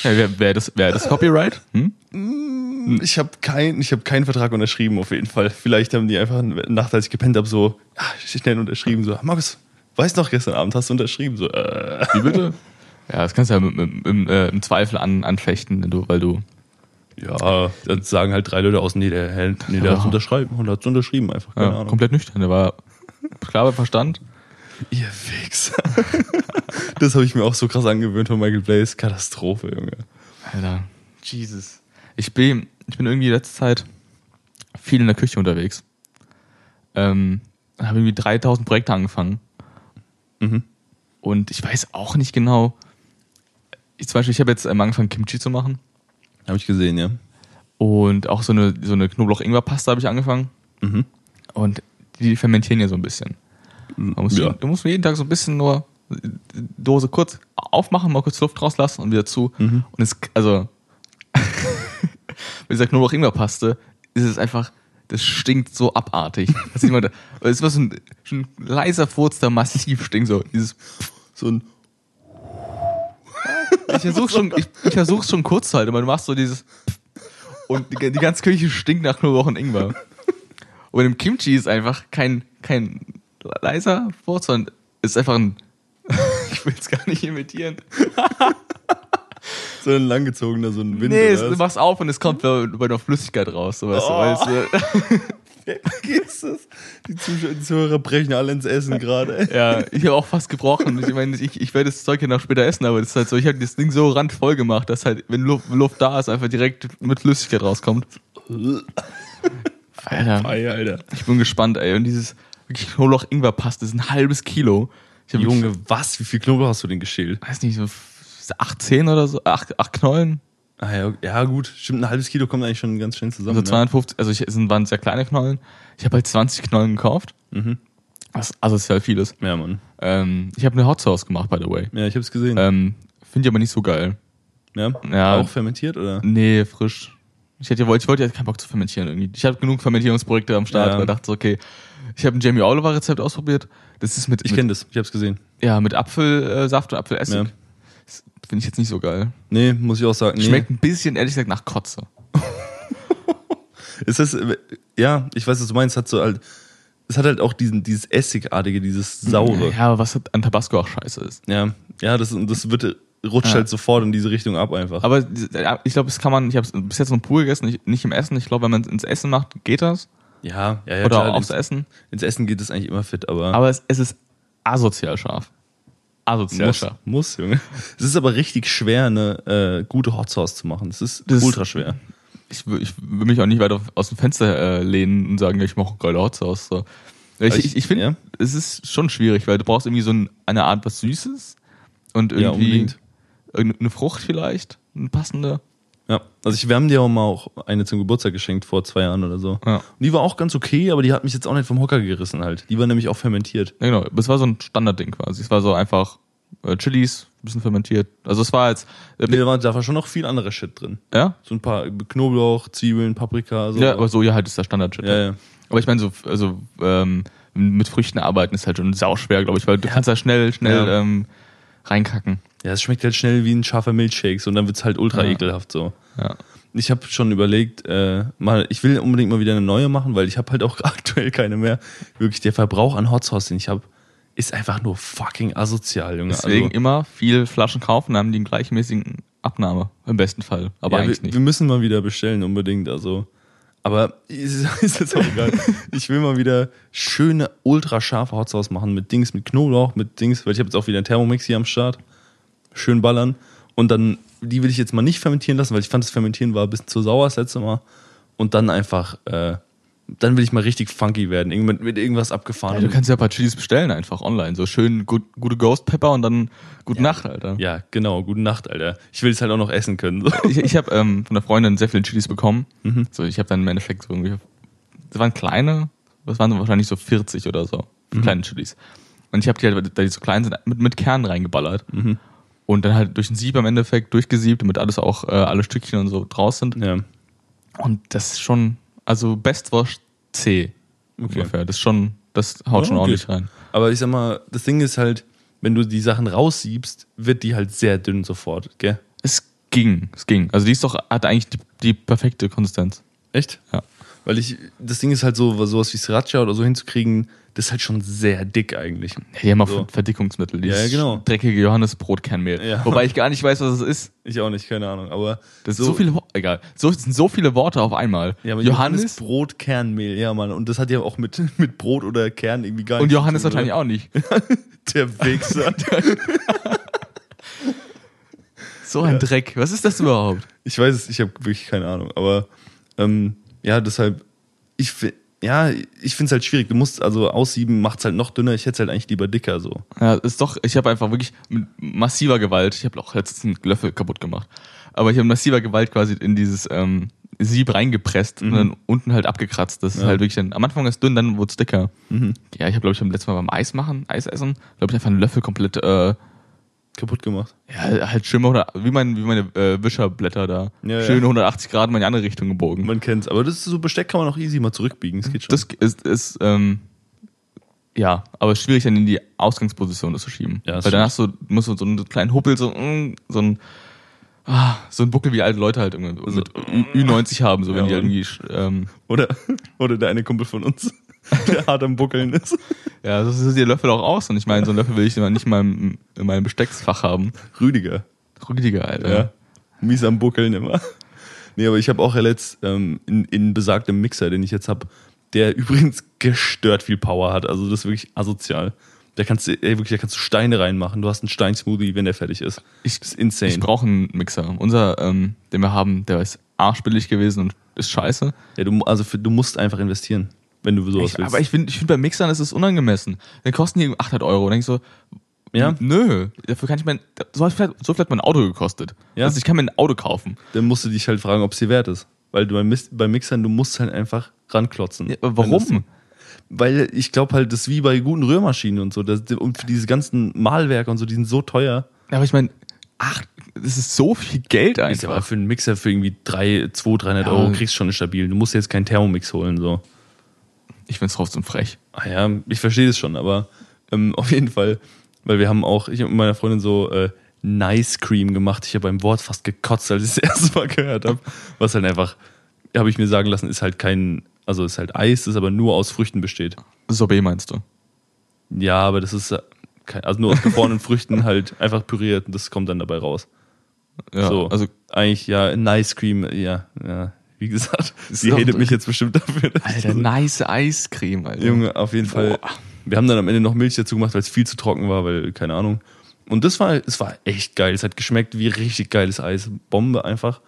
Ja, Wäre wär das, wär das Copyright? Hm? Hm, Ich habe kein, ich hab keinen Vertrag unterschrieben, auf jeden Fall. Vielleicht haben die einfach nach, als ich gepennt habe, so ja, schnell unterschrieben. So, Markus, weißt noch, gestern Abend hast du unterschrieben. So, äh. Wie bitte? <laughs> Ja, das kannst du ja mit, mit, im, äh, im Zweifel an, anfechten, wenn du, weil du. Ja, dann sagen halt drei Leute aus, nee, der, Herr- nee, der hat's Ja. unterschrieben und hat's unterschrieben einfach. Keine Ja, Ahnung. komplett nüchtern. Der war klar bei Verstand. Ihr Wichser. <laughs> das habe ich mir auch so krass angewöhnt von Michael Blaze. Katastrophe, Junge. Alter. Jesus. Ich bin, ich bin irgendwie letzte Zeit viel in der Küche unterwegs. Ähm, habe irgendwie 3000 Projekte angefangen. Mhm. Und ich weiß auch nicht genau. Ich, zum Beispiel, ich habe jetzt ähm, angefangen, Kimchi zu machen. Habe ich gesehen, ja. Und auch so eine, so eine Knoblauch-Ingwer-Paste habe ich angefangen. Mhm. Und die fermentieren ja so ein bisschen. Man muss, Ja. jeden, man muss jeden Tag so ein bisschen nur die Dose kurz aufmachen, mal kurz Luft rauslassen und wieder zu. Mhm. Und es, also, <laughs> mit dieser Knoblauch-Ingwer-Paste ist es einfach, das stinkt so abartig. Das ist, immer, da- es ist immer so ein, schon ein leiser Furz, der massiv stinkt, so dieses So ein. Ich versuche schon, ich, ich versuch's schon kurz zu halten, aber du machst so dieses und die, die ganze Küche stinkt nach Knoblauch und Ingwer. Und im Kimchi ist einfach kein kein leiser Wort, sondern ist einfach ein <laughs> ich will's gar nicht imitieren. So ein langgezogener, so ein Wind. Nee, es, oder du was? machst auf und es kommt bei, bei einer Flüssigkeit raus, so weißt du, Oh. weißt Vergiss es. Die Zuschauer, die Zuhörer brechen alle ins Essen gerade. ey. du. <laughs> Ja, ich habe auch fast gebrochen. Ich meine, ich, ich werde das Zeug ja noch später essen, aber das ist halt so, ich habe das Ding so randvoll gemacht, dass halt, wenn Luft, Luft da ist, einfach direkt mit Flüssigkeit rauskommt. Alter. Ei, Alter. Ich bin gespannt, ey. Und dieses wirklich Knoblauch-Ingwer-Paste ist ein halbes Kilo. Ich hab wirklich- Junge, was? Wie viel Knoblauch hast du denn geschält? weiß nicht, so f- 18 oder so, 8, acht Knollen. Ah, ja, ja, gut. Stimmt, ein halbes Kilo kommt eigentlich schon ganz schön zusammen. Also ne? 250, also ich, es sind, waren sehr kleine Knollen. Ich habe halt 20 Knollen gekauft. Mhm. Was asozial viel ist. ne? Ja, Mann. Ähm, ich habe eine Hot Sauce gemacht, by the way. Ja, ich hab's gesehen. Ähm, Finde ich aber nicht so geil. ja? ja. Auch fermentiert, oder? Nee, frisch. Ich hätte ja wollte, ich wollte ja keinen Bock zu fermentieren irgendwie. Ich habe genug Fermentierungsprojekte am Start, Ja. weil ich dachte so, okay, ich habe ein Jamie Oliver Rezept ausprobiert. Das ist mit Ich mit- kenne das. Ich hab's gesehen. Ja, mit Apfelsaft äh, und Apfelessig. Ja. Das Finde ich jetzt nicht so geil. Nee, muss ich auch sagen. Nee. Schmeckt ein bisschen, ehrlich gesagt, nach Kotze. Es ist, äh, ja, ich weiß, was du meinst, hat so halt, es hat halt auch diesen, dieses Essigartige, dieses Saure. Ja, aber was an Tabasco auch scheiße ist. Ja, ja, das, das wird, rutscht Ja. halt sofort in diese Richtung ab einfach. Aber äh, ich glaube, das kann man, ich habe bis jetzt nur pur gegessen, nicht, nicht im Essen. Ich glaube, wenn man es ins Essen macht, geht das. ja, ja, ja, Oder klar, aufs ins, Essen. ins Essen geht es eigentlich immer fit, aber, Aber es, es ist asozial scharf. Asozial muss, scharf. muss, Junge. Es ist aber richtig schwer, eine äh, gute Hot Sauce zu machen. Es ist Das- ultra schwer. Ich, wü- ich will mich auch nicht weiter aus dem Fenster äh, lehnen und sagen, ich mache geile Hot Sauce. So. Ich, ich- ich, ich finde, ja. es ist schon schwierig, weil du brauchst irgendwie so ein, eine Art was Süßes und Ja, irgendwie unbedingt. eine Frucht vielleicht, eine passende. Ja, also ich, wir haben dir auch mal auch eine zum Geburtstag geschenkt vor zwei Jahren oder so. Ja. Und die war auch ganz okay, aber die hat mich jetzt auch nicht vom Hocker gerissen halt. Die war nämlich auch fermentiert. Ja, genau. Es war so ein Standardding quasi. Es war so einfach äh, Chilis, bisschen fermentiert. Also es war jetzt, äh, Nee, da war, da war schon noch viel anderer Shit drin. ja? So ein paar Knoblauch, Zwiebeln, Paprika, so. Ja, aber so ja halt ist der standard ja, ja. Aber ich meine, so, also, ähm, mit Früchten arbeiten ist halt schon sauschwer, glaube ich, weil du kannst da schnell, schnell Ja. ähm, reinkacken. Ja, es schmeckt halt schnell wie ein scharfer Milchshake so, und dann wird's halt ultra Ja. ekelhaft so. Ja. Ich habe schon überlegt, äh, mal, ich will unbedingt mal wieder eine neue machen, weil ich habe halt auch <laughs> aktuell keine mehr. Wirklich, der Verbrauch an Hot Sauce, den ich habe, ist einfach nur fucking asozial, Junge. Deswegen also, immer viel Flaschen kaufen, dann haben die einen gleichmäßigen Abnahme. Im besten Fall. Aber ja, wir, eigentlich wir nicht. müssen mal wieder bestellen, unbedingt. Also, aber <laughs> ist, ist jetzt auch egal. ich will mal wieder schöne, ultra scharfe Hot Sauce machen mit Dings, mit Knoblauch, mit Dings, weil ich habe jetzt auch wieder einen Thermomix hier am Start. Schön ballern. Und dann, die will ich jetzt mal nicht fermentieren lassen, weil ich fand, das Fermentieren war ein bisschen zu sauer das letzte Mal. Und dann einfach, äh, dann will ich mal richtig funky werden. Irgend, mit irgendwas abgefahren. Also Du kannst ja ein paar Chilis bestellen einfach online. So schön gut, gute Ghost Pepper und dann gute Nacht, Alter. ja, genau. Gute Nacht, Alter. Ich will es halt auch noch essen können. <laughs> So. Ich, ich habe ähm, von der Freundin sehr viele Chilis bekommen. Mhm. So, ich habe dann im Endeffekt so irgendwie. Das waren kleine, das waren so wahrscheinlich so 40 oder so. Mhm. Kleine Chilis. Und ich habe die halt, da die so klein sind, mit, mit Kernen reingeballert. Mhm. Und dann halt durch den Sieb im Endeffekt durchgesiebt, damit alles auch, äh, alle Stückchen und so draus sind. Ja. Und das ist schon, also Best Wash C ungefähr. Das ist schon, das haut Ja, schon Oh, okay. ordentlich rein. Aber ich sag mal, das Ding ist halt, wenn du die Sachen raussiebst, wird die halt sehr dünn sofort, gell? Es ging, es ging. Also die ist doch, hat eigentlich die, die perfekte Konsistenz. Echt? Ja. Weil ich, das Ding ist halt so, sowas wie Sriracha oder so hinzukriegen, das ist halt schon sehr dick eigentlich. Ja, die haben auch So. Verdickungsmittel. Dieses Ja, ja, genau. dreckige Johannesbrotkernmehl. Ja. Wobei ich gar nicht weiß, was es ist. Ich auch nicht, keine Ahnung, aber. Das sind so, viele, Wo- egal. So, es sind so viele Worte auf einmal. Ja, aber Johannes, Johannes, Brot, Kernmehl, ja, Mann. Und das hat ja auch mit, <laughs> mit Brot oder Kern irgendwie gar und nichts Johannes zu tun, wahrscheinlich auch nicht. oder? <laughs> Der Wichser. So ein Dreck. Was ist das überhaupt? Ich weiß es, ich habe wirklich keine Ahnung. Aber ähm, ja, deshalb, ich, fi- ja, ich finde es halt schwierig. Du musst also aussieben, macht es halt noch dünner. Ich hätte es halt eigentlich lieber dicker so. Ja, ist doch, ich habe einfach wirklich mit massiver Gewalt, ich habe auch letztens einen Löffel kaputt gemacht, aber ich habe massiver Gewalt quasi in dieses ähm, Sieb reingepresst Mhm. und dann unten halt abgekratzt. Das ist halt wirklich dann, am Anfang ist dünn, dann wurde es dicker. Mhm. Ja, ich habe, glaube ich, beim letzten Mal beim Eis machen, Eis essen, glaube ich, einfach einen Löffel komplett äh, Kaputt gemacht. Ja, halt schön mal, 100 wie, mein, wie meine äh, Wischerblätter da. Ja, schön ja. 180 Grad mal in die andere Richtung gebogen. Man kennt's. Aber das ist so Besteck kann man auch easy mal zurückbiegen. Das geht schon. Das ist, ist ähm, ja, aber schwierig dann in die Ausgangsposition das zu schieben. Ja, das Weil dann hast du, musst du so einen kleinen Huppel, so, mm, so ein ah, so ein Buckel wie alte Leute halt irgendwie mit Ü- Ü90 haben, so wenn Ja, die Mann. irgendwie sch- ähm, oder, <laughs> oder der eine Kumpel von uns, <laughs> der hart am Buckeln ist. ja, so sieht der Löffel auch aus. Und ich meine, so einen Löffel will ich immer nicht mal in meinem Bestecksfach haben. Rüdiger. Rüdiger, Alter. Ja. Mies am Buckeln immer. Nee, aber ich habe auch ja letzt ähm, in, in besagtem Mixer, den ich jetzt habe, der <laughs> übrigens gestört viel Power hat. Also das ist wirklich asozial. Da kannst du, ey, wirklich, da kannst du Steine reinmachen. Du hast einen Stein-Smoothie, wenn der fertig ist. Ich- das ist insane. Ich brauche einen Mixer. Unser, ähm, den wir haben, der ist arschbillig gewesen und ist scheiße. ja, du, also für, du musst einfach investieren, wenn du sowas Ich, willst. aber ich finde, ich find bei Mixern ist es unangemessen. Dann kosten die 800 Euro. Dann denk ich so, Ja. nö, dafür kann ich mein, so hat vielleicht, so hat vielleicht mein Auto gekostet. Ja. Also ich kann mir ein Auto kaufen. Dann musst du dich halt fragen, ob es dir wert ist. Weil du beim, Mis- beim Mixern, du musst halt einfach ranklotzen. Ja, aber Wenn das- warum? Weil ich glaube halt, das ist wie bei guten Rührmaschinen und so. Das, und für diese ganzen Malwerke und so, die sind so teuer. Ja, aber ich meine, ach, das ist so viel Geld Ist aber einfach. für einen Mixer für irgendwie 3, 200, 300 Ja. Euro kriegst du schon stabil. Du musst jetzt keinen Thermomix holen. so. Ich find's trotzdem frech. Ah ja, ich verstehe das schon, aber ähm, auf jeden Fall, weil wir haben auch, ich und meine Freundin so äh, Nice Cream gemacht. Ich habe beim Wort fast gekotzt, als ich <laughs> es erste Mal gehört habe. Was halt einfach, habe ich mir sagen lassen, ist halt kein, also ist halt Eis, das aber nur aus Früchten besteht. Sorbet meinst du? Ja, aber das ist äh, kein, also nur aus gefrorenen Früchten halt einfach püriert und das kommt dann dabei raus. Ja, so, also also eigentlich ja, Nice Cream, ja, ja. Wie gesagt, sie doch- hatet mich jetzt bestimmt dafür. dass ich Alter, das- nice Eiscreme, Alter. Junge, auf jeden Fall. Wir haben dann am Ende noch Milch dazu gemacht, weil es viel zu trocken war, weil, keine Ahnung. Und das war, es war echt geil. Es hat geschmeckt wie richtig geiles Eis. Bombe einfach.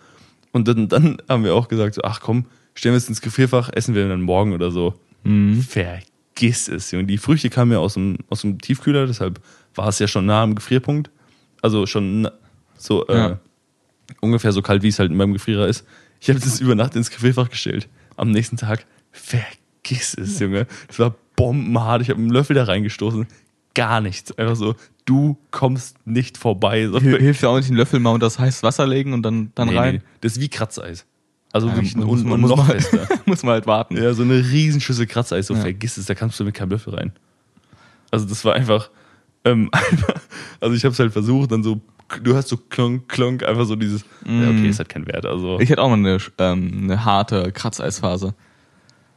Und dann, dann haben wir auch gesagt, so, ach komm, stellen wir es ins Gefrierfach, essen wir dann morgen oder so. Mhm. Vergiss es, Junge. Die Früchte kamen ja aus dem, aus dem Tiefkühler, deshalb war es ja schon nah am Gefrierpunkt. Also schon na- so äh, Ja. ungefähr so kalt, wie es halt in meinem Gefrierer ist. Ich habe das über Nacht ins Gefrierfach gestellt. Am nächsten Tag, vergiss es, Junge. Es war bombenhart. Ich habe einen Löffel da reingestoßen. Gar nichts. Einfach so, du kommst nicht vorbei. So, Hil- Hilft ja auch nicht, einen Löffel mal unter das heiße Wasser legen und dann, dann Nee, rein. nee. Das ist wie Kratzeis. Also Ja, wirklich ein Ähm, muss un man- un muss man noch halt- <laughs> fester. muss man halt warten. Ja, so eine Riesenschüssel Kratzeis, so vergiss es, da kannst du mit keinem Löffel rein. Also das war einfach, ähm, <laughs> einfach also ich habe es halt versucht, dann so, du hast so klonk, klonk, einfach so dieses, ja, Mm. okay, es hat keinen Wert. Also Ich hatte auch mal eine, ähm, eine harte Kratzeisphase.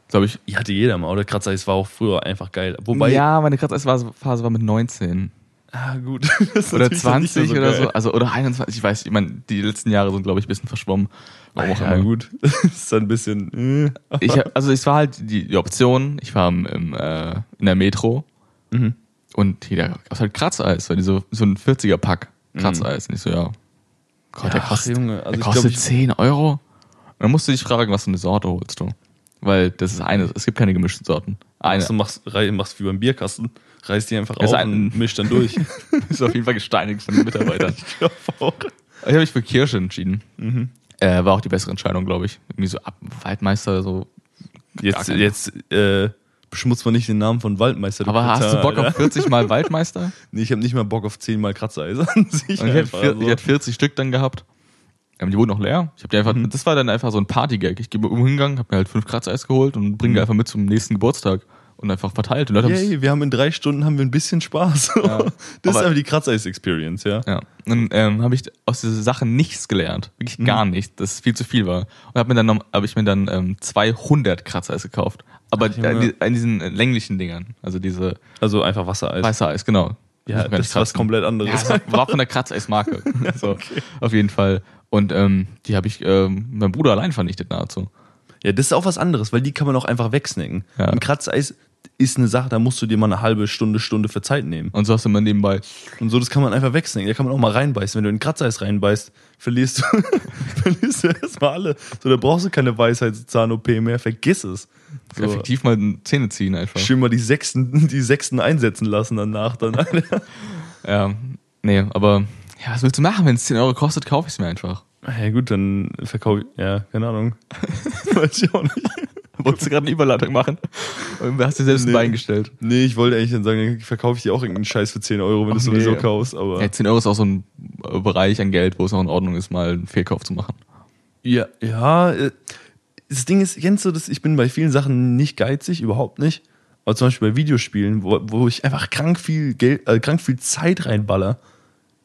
Glaube ich. ich hatte jeder mal, oder Kratzeis war auch früher einfach geil. Wobei, ja, meine Kratzeisphase war mit 19 <laughs> ah, gut, das ist oder natürlich dann nicht mehr 20 oder geil. so, also oder 21, ich weiß, ich meine, die letzten Jahre sind glaube ich ein bisschen verschwommen. Warum auch Ah, Ja, immer. gut, <laughs> das ist dann ein bisschen, äh, Ich hab, also es war halt die, die Option, ich war im, im, äh, in der Metro Mhm. und hier, da gab's halt Kratzeis, weil die so, so ein 40er Pack Kratzeis. Und ich so, ja, Gott, der Ja, kostet, Mhm. Junge, also der ich kostet glaub, ich- 10 Euro. Und dann musst du dich fragen, was für eine Sorte holst du. Weil das ist eine, es gibt keine gemischten Sorten. Eine also machst, rei- machst wie beim Bierkasten, reißt die einfach ist auf ein- und misch dann <laughs> durch. ist auf jeden Fall gesteinigt von <laughs> den Mitarbeitern. ich glaube auch. Ich habe mich für Kirsche entschieden. Mhm. Äh, war auch die bessere Entscheidung, glaube ich. Irgendwie so ab Waldmeister oder so. Jetzt, keine. jetzt äh, beschmutzt man nicht den Namen von Waldmeister. Aber hast du Bock auf 40 <laughs> mal Waldmeister? Nee, ich habe nicht mal Bock auf 10 mal Kratzeis an sich. Und ich, einfach, hatte, vier- also. ich hatte 40 Stück dann gehabt. Ähm, die wurden noch leer. Ich hab die einfach, Mhm. Das war dann einfach so ein Party-Gag. Ich bin hingegangen, hab mir halt fünf Kratzeis geholt und bringe die einfach mit zum nächsten Geburtstag und einfach verteilt. Und Leute haben's- Mhm. Yay, wir haben in drei Stunden haben wir ein bisschen Spaß. <laughs> das ist Aber- einfach die Kratzeis-Experience, ja. ja. Und ähm, habe ich aus dieser Sache nichts gelernt. Wirklich Mhm. gar nichts, dass es viel zu viel war. Und habe mir dann, noch- hab ich mir dann ähm, 200 Kratzeis gekauft. Aber Ach, Junge. an, die, an diesen äh, länglichen Dingern. Also diese Also einfach Wassereis. weiße Eis, genau. ja, Muss man gar das nicht ist was kratzen. komplett Ja, anderes. es war- war von der <laughs> Kratzeismarke. so, Auf jeden Fall. Und ähm, die habe ich ähm, mein Bruder allein vernichtet nahezu. Ja, das ist auch was anderes, weil die kann man auch einfach wegsnacken. Ja. Ein Kratzeis ist eine Sache, da musst du dir mal eine halbe Stunde, Stunde für Zeit nehmen. Und so hast du immer nebenbei. Und so, das kann man einfach wegsnacken. Da kann man auch mal reinbeißen. Wenn du in Kratzeis reinbeißt, verlierst du, <laughs> verlierst du erstmal alle. So, da brauchst du keine Weisheitszahn-OP mehr. Vergiss es. So. Effektiv mal Zähne ziehen einfach. Schön mal die Sechsten, <laughs> die Sechsten einsetzen lassen danach. Dann. Ja, nee, aber ja, was willst du machen? Wenn es 10 Euro kostet, kaufe ich es mir einfach. <laughs> ja gut, dann verkaufe ich. Ja, keine Ahnung. <laughs> Weiß ich auch nicht. <laughs> Wolltest du gerade eine Überladung machen? <laughs> Und hast dir selbst Nee. ein Bein gestellt. Nee, ich wollte eigentlich dann sagen, dann verkaufe ich dir auch irgendeinen Scheiß für 10 Euro, wenn du es Ach, sowieso nee. kaufst. Aber Ja, 10 Euro ist auch so ein äh, Bereich an Geld, wo es noch in Ordnung ist, mal einen Fehlkauf zu machen. ja, ja. äh, Das Ding ist, kennst du das? Ich bin bei vielen Sachen nicht geizig, überhaupt nicht. Aber zum Beispiel bei Videospielen, wo, wo ich einfach krank viel Geld, äh, krank viel Zeit reinballer,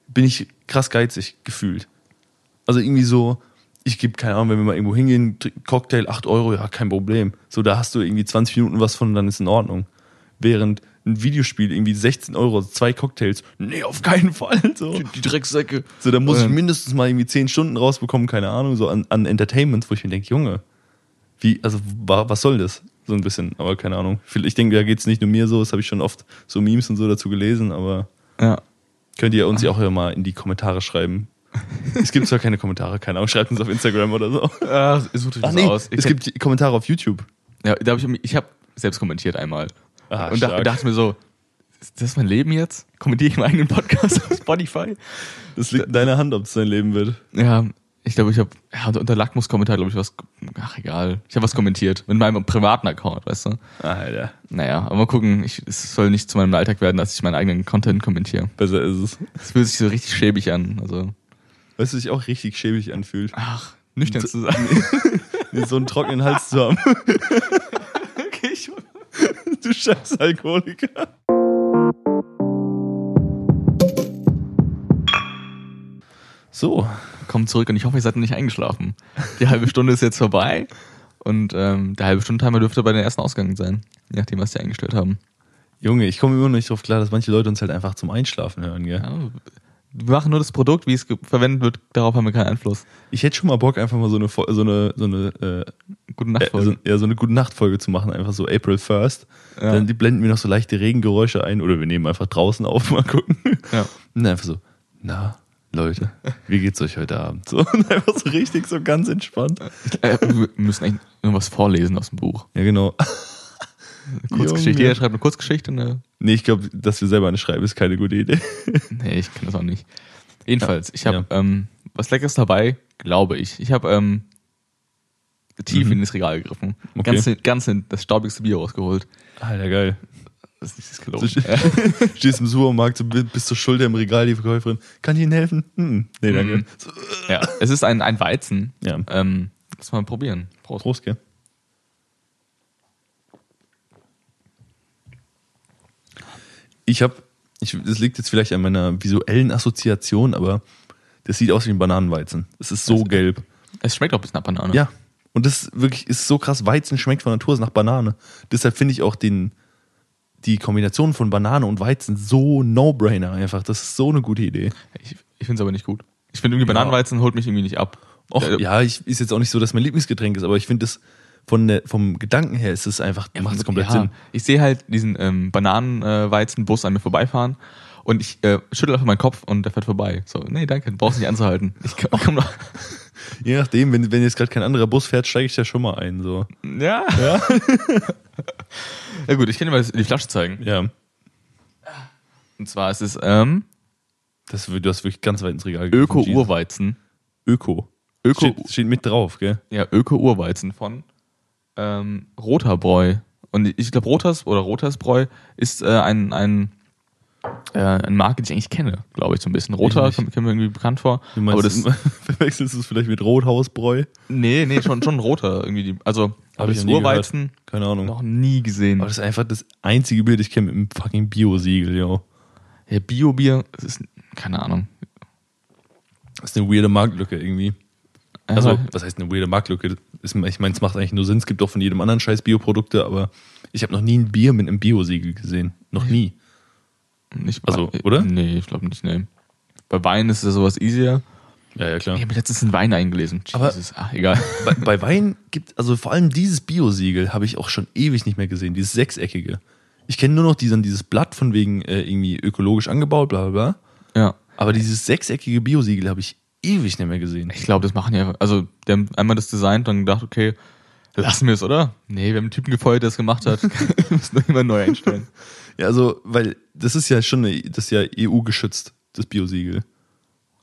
bin ich krass geizig gefühlt. Also irgendwie so, ich gebe keine Ahnung, wenn wir mal irgendwo hingehen, tr- Cocktail 8 Euro, ja, kein Problem. So, da hast du irgendwie 20 Minuten was von, dann ist in Ordnung. Während ein Videospiel irgendwie 16 Euro, zwei Cocktails, nee, auf keinen Fall. So, Die Drecksäcke. so da muss ich Ähm. mindestens mal irgendwie 10 Stunden rausbekommen, keine Ahnung, so an, an Entertainments, wo ich mir denke, Junge, wie, also wa, was soll das? So ein bisschen, aber keine Ahnung. Ich denke, da geht es nicht nur mir so, das habe ich schon oft so Memes und so dazu gelesen, aber Ja. Könnt ihr uns ja auch mal in die Kommentare <laughs> schreiben. es gibt zwar keine Kommentare, keine Ahnung, schreibt uns auf Instagram oder so. Äh, sucht euch das aus. Ich es gibt die Kommentare auf YouTube. Ja, da hab ich, ich habe selbst kommentiert einmal. Ah, und da, stark. dachte mir so, ist das mein Leben jetzt? Kommentiere ich meinen eigenen Podcast auf Spotify? Das liegt in deiner Hand, ob es dein Leben wird. Ja, ich glaube, ich habe ja, unter- unter Lackmus-Kommentar, glaube ich, was. Ach, egal. Ich habe was kommentiert. Mit meinem privaten Account, weißt du? Alter, Naja, aber mal gucken. Ich, es soll nicht zu meinem Alltag werden, dass ich meinen eigenen Content kommentiere. besser ist es. Es fühlt sich so richtig schäbig an. Also, Weißt du, sich auch richtig schäbig anfühlt, ach, nüchtern zu sein. mir so einen trockenen Hals zu haben. <laughs> okay, ich, Du scheiß Alkoholiker. So, Kommt zurück und ich hoffe, ihr seid noch nicht eingeschlafen. Die halbe Stunde ist jetzt vorbei und ähm, der halbe Stundentimer dürfte bei den ersten Ausgängen sein, je nachdem, was die eingestellt haben. Junge, ich komme immer noch nicht drauf klar, dass manche Leute uns halt einfach zum Einschlafen hören, gell? Ja, wir machen nur das Produkt, wie es ge- verwendet wird, darauf haben wir keinen Einfluss. Ich hätte schon mal Bock, einfach mal so eine, Fol- so eine, so eine, Guten äh, Nacht, äh, so, Folge. ja, so eine gute Nachtfolge zu machen, einfach so April 1st. Ja. Dann die blenden wir noch so leichte Regengeräusche ein oder wir nehmen einfach draußen auf, <laughs> mal gucken. Ja. Und dann einfach so, na, Leute, wie geht's euch heute Abend? So, <laughs> und einfach so richtig, so ganz entspannt. Äh, wir müssen eigentlich irgendwas vorlesen aus dem Buch. Ja, genau. Eine Kurzgeschichte. Junge. Jeder schreibt eine Kurzgeschichte. ne? Eine Nee, ich glaube, dass wir selber eine schreiben, ist keine gute Idee. nee, ich kann das auch nicht. Jedenfalls, ich habe Ja. ähm, was Leckeres dabei, glaube ich. Ich habe ähm, tief Mhm. in das Regal gegriffen. Okay. Ganz, hin- ganz hin- das staubigste Bier rausgeholt. Alter, geil. Das ist nichts Du gelogen. st- <laughs> stehst im Supermarkt, so bi- bist zur Schulter im Regal, die Verkäuferin. Kann ich Ihnen helfen? Hm, nee, danke. Mhm. So, ja, es ist ein, ein Weizen. Ja. Ähm, lass mal probieren. Prost. Prost, gell? Ich habe, ich, das liegt jetzt vielleicht an meiner visuellen Assoziation, aber das sieht aus wie ein Bananenweizen. Es ist so gelb. Es schmeckt auch ein bisschen nach Banane. Ja. Und das wirklich ist so krass. Weizen schmeckt von Natur aus nach Banane. Deshalb finde ich auch den, die Kombination von Banane und Weizen so No-Brainer einfach. Das ist so eine gute Idee. Ich, ich finde es aber nicht gut. Ich finde irgendwie Bananenweizen holt mich irgendwie nicht ab. Och, Äh, ja, ich, ist jetzt auch nicht so, dass mein Lieblingsgetränk ist, aber ich finde das von der, vom Gedanken her ist es einfach, macht es komplett ja, Sinn. Ich sehe halt diesen ähm, Bananenweizenbus an mir vorbeifahren und ich äh, schüttel einfach meinen Kopf und der fährt vorbei. So, nee, danke, du brauchst nicht anzuhalten. Ich komm, komm noch. Je nachdem, wenn, wenn jetzt gerade kein anderer Bus fährt, steige ich da schon mal ein. So. Ja. <laughs> Ja. gut, ich kann dir mal das- die Flasche zeigen. Ja, Und zwar ist es ähm, das, wür- du hast wirklich ganz weit ins Regal gegriffen, Jesus. Öko-Urweizen. Öko. Öko- Steht, steht mit drauf, gell? Ja, Öko-Urweizen von ähm, Roterbräu. Und ich glaube, Roters oder Rotersbräu ist äh, ein, ein, äh, eine Marke, die ich eigentlich kenne, glaube ich, so ein bisschen. Roter nicht. kommt, kommt mir irgendwie bekannt vor. Du meinst, aber das, <laughs> verwechselst du es vielleicht mit Rothausbräu? nee, nee, schon, schon roter irgendwie. Die, also, Hab aber ich das noch nie Urweizen gehört. Keine Ahnung. noch nie gesehen. Aber das ist einfach das einzige Bild, das ich kenne mit einem fucking Bio-Siegel, yo. Ja, Bio-Bier, das ist, keine Ahnung. Das ist eine weirde Marktlücke irgendwie. Also, Also, was heißt eine weirde Marktlücke? Ist, ich meine, es macht eigentlich nur Sinn. Es gibt auch von jedem anderen Scheiß Bioprodukte, aber ich habe noch nie ein Bier mit einem Bio-Siegel gesehen. Noch nie. nicht also, oder? Nee, ich glaube nicht, nee. Bei Wein ist das sowas easier. Ja, ja, klar. Ich habe letztens einen Wein eingelesen. Aber- Jesus, ach, egal. Bei, bei Wein gibt, also vor allem dieses Bio-Siegel habe ich auch schon ewig nicht mehr gesehen, dieses sechseckige. Ich kenne nur noch diesen, dieses Blatt von wegen äh, irgendwie ökologisch angebaut, bla bla bla. ja. Aber dieses sechseckige Bio-Siegel habe ich ewig nicht mehr gesehen. Ich glaube, das machen die einfach. Also, die haben einmal das designt, dann gedacht, okay, lassen wir es, oder? Nee, wir haben einen Typen gefeuert, der es <laughs> gemacht hat. wir müssen doch immer neu einstellen. Ja, also, weil das ist ja schon, eine, das ist ja EU-geschützt, das Bio-Siegel. Ja. <laughs>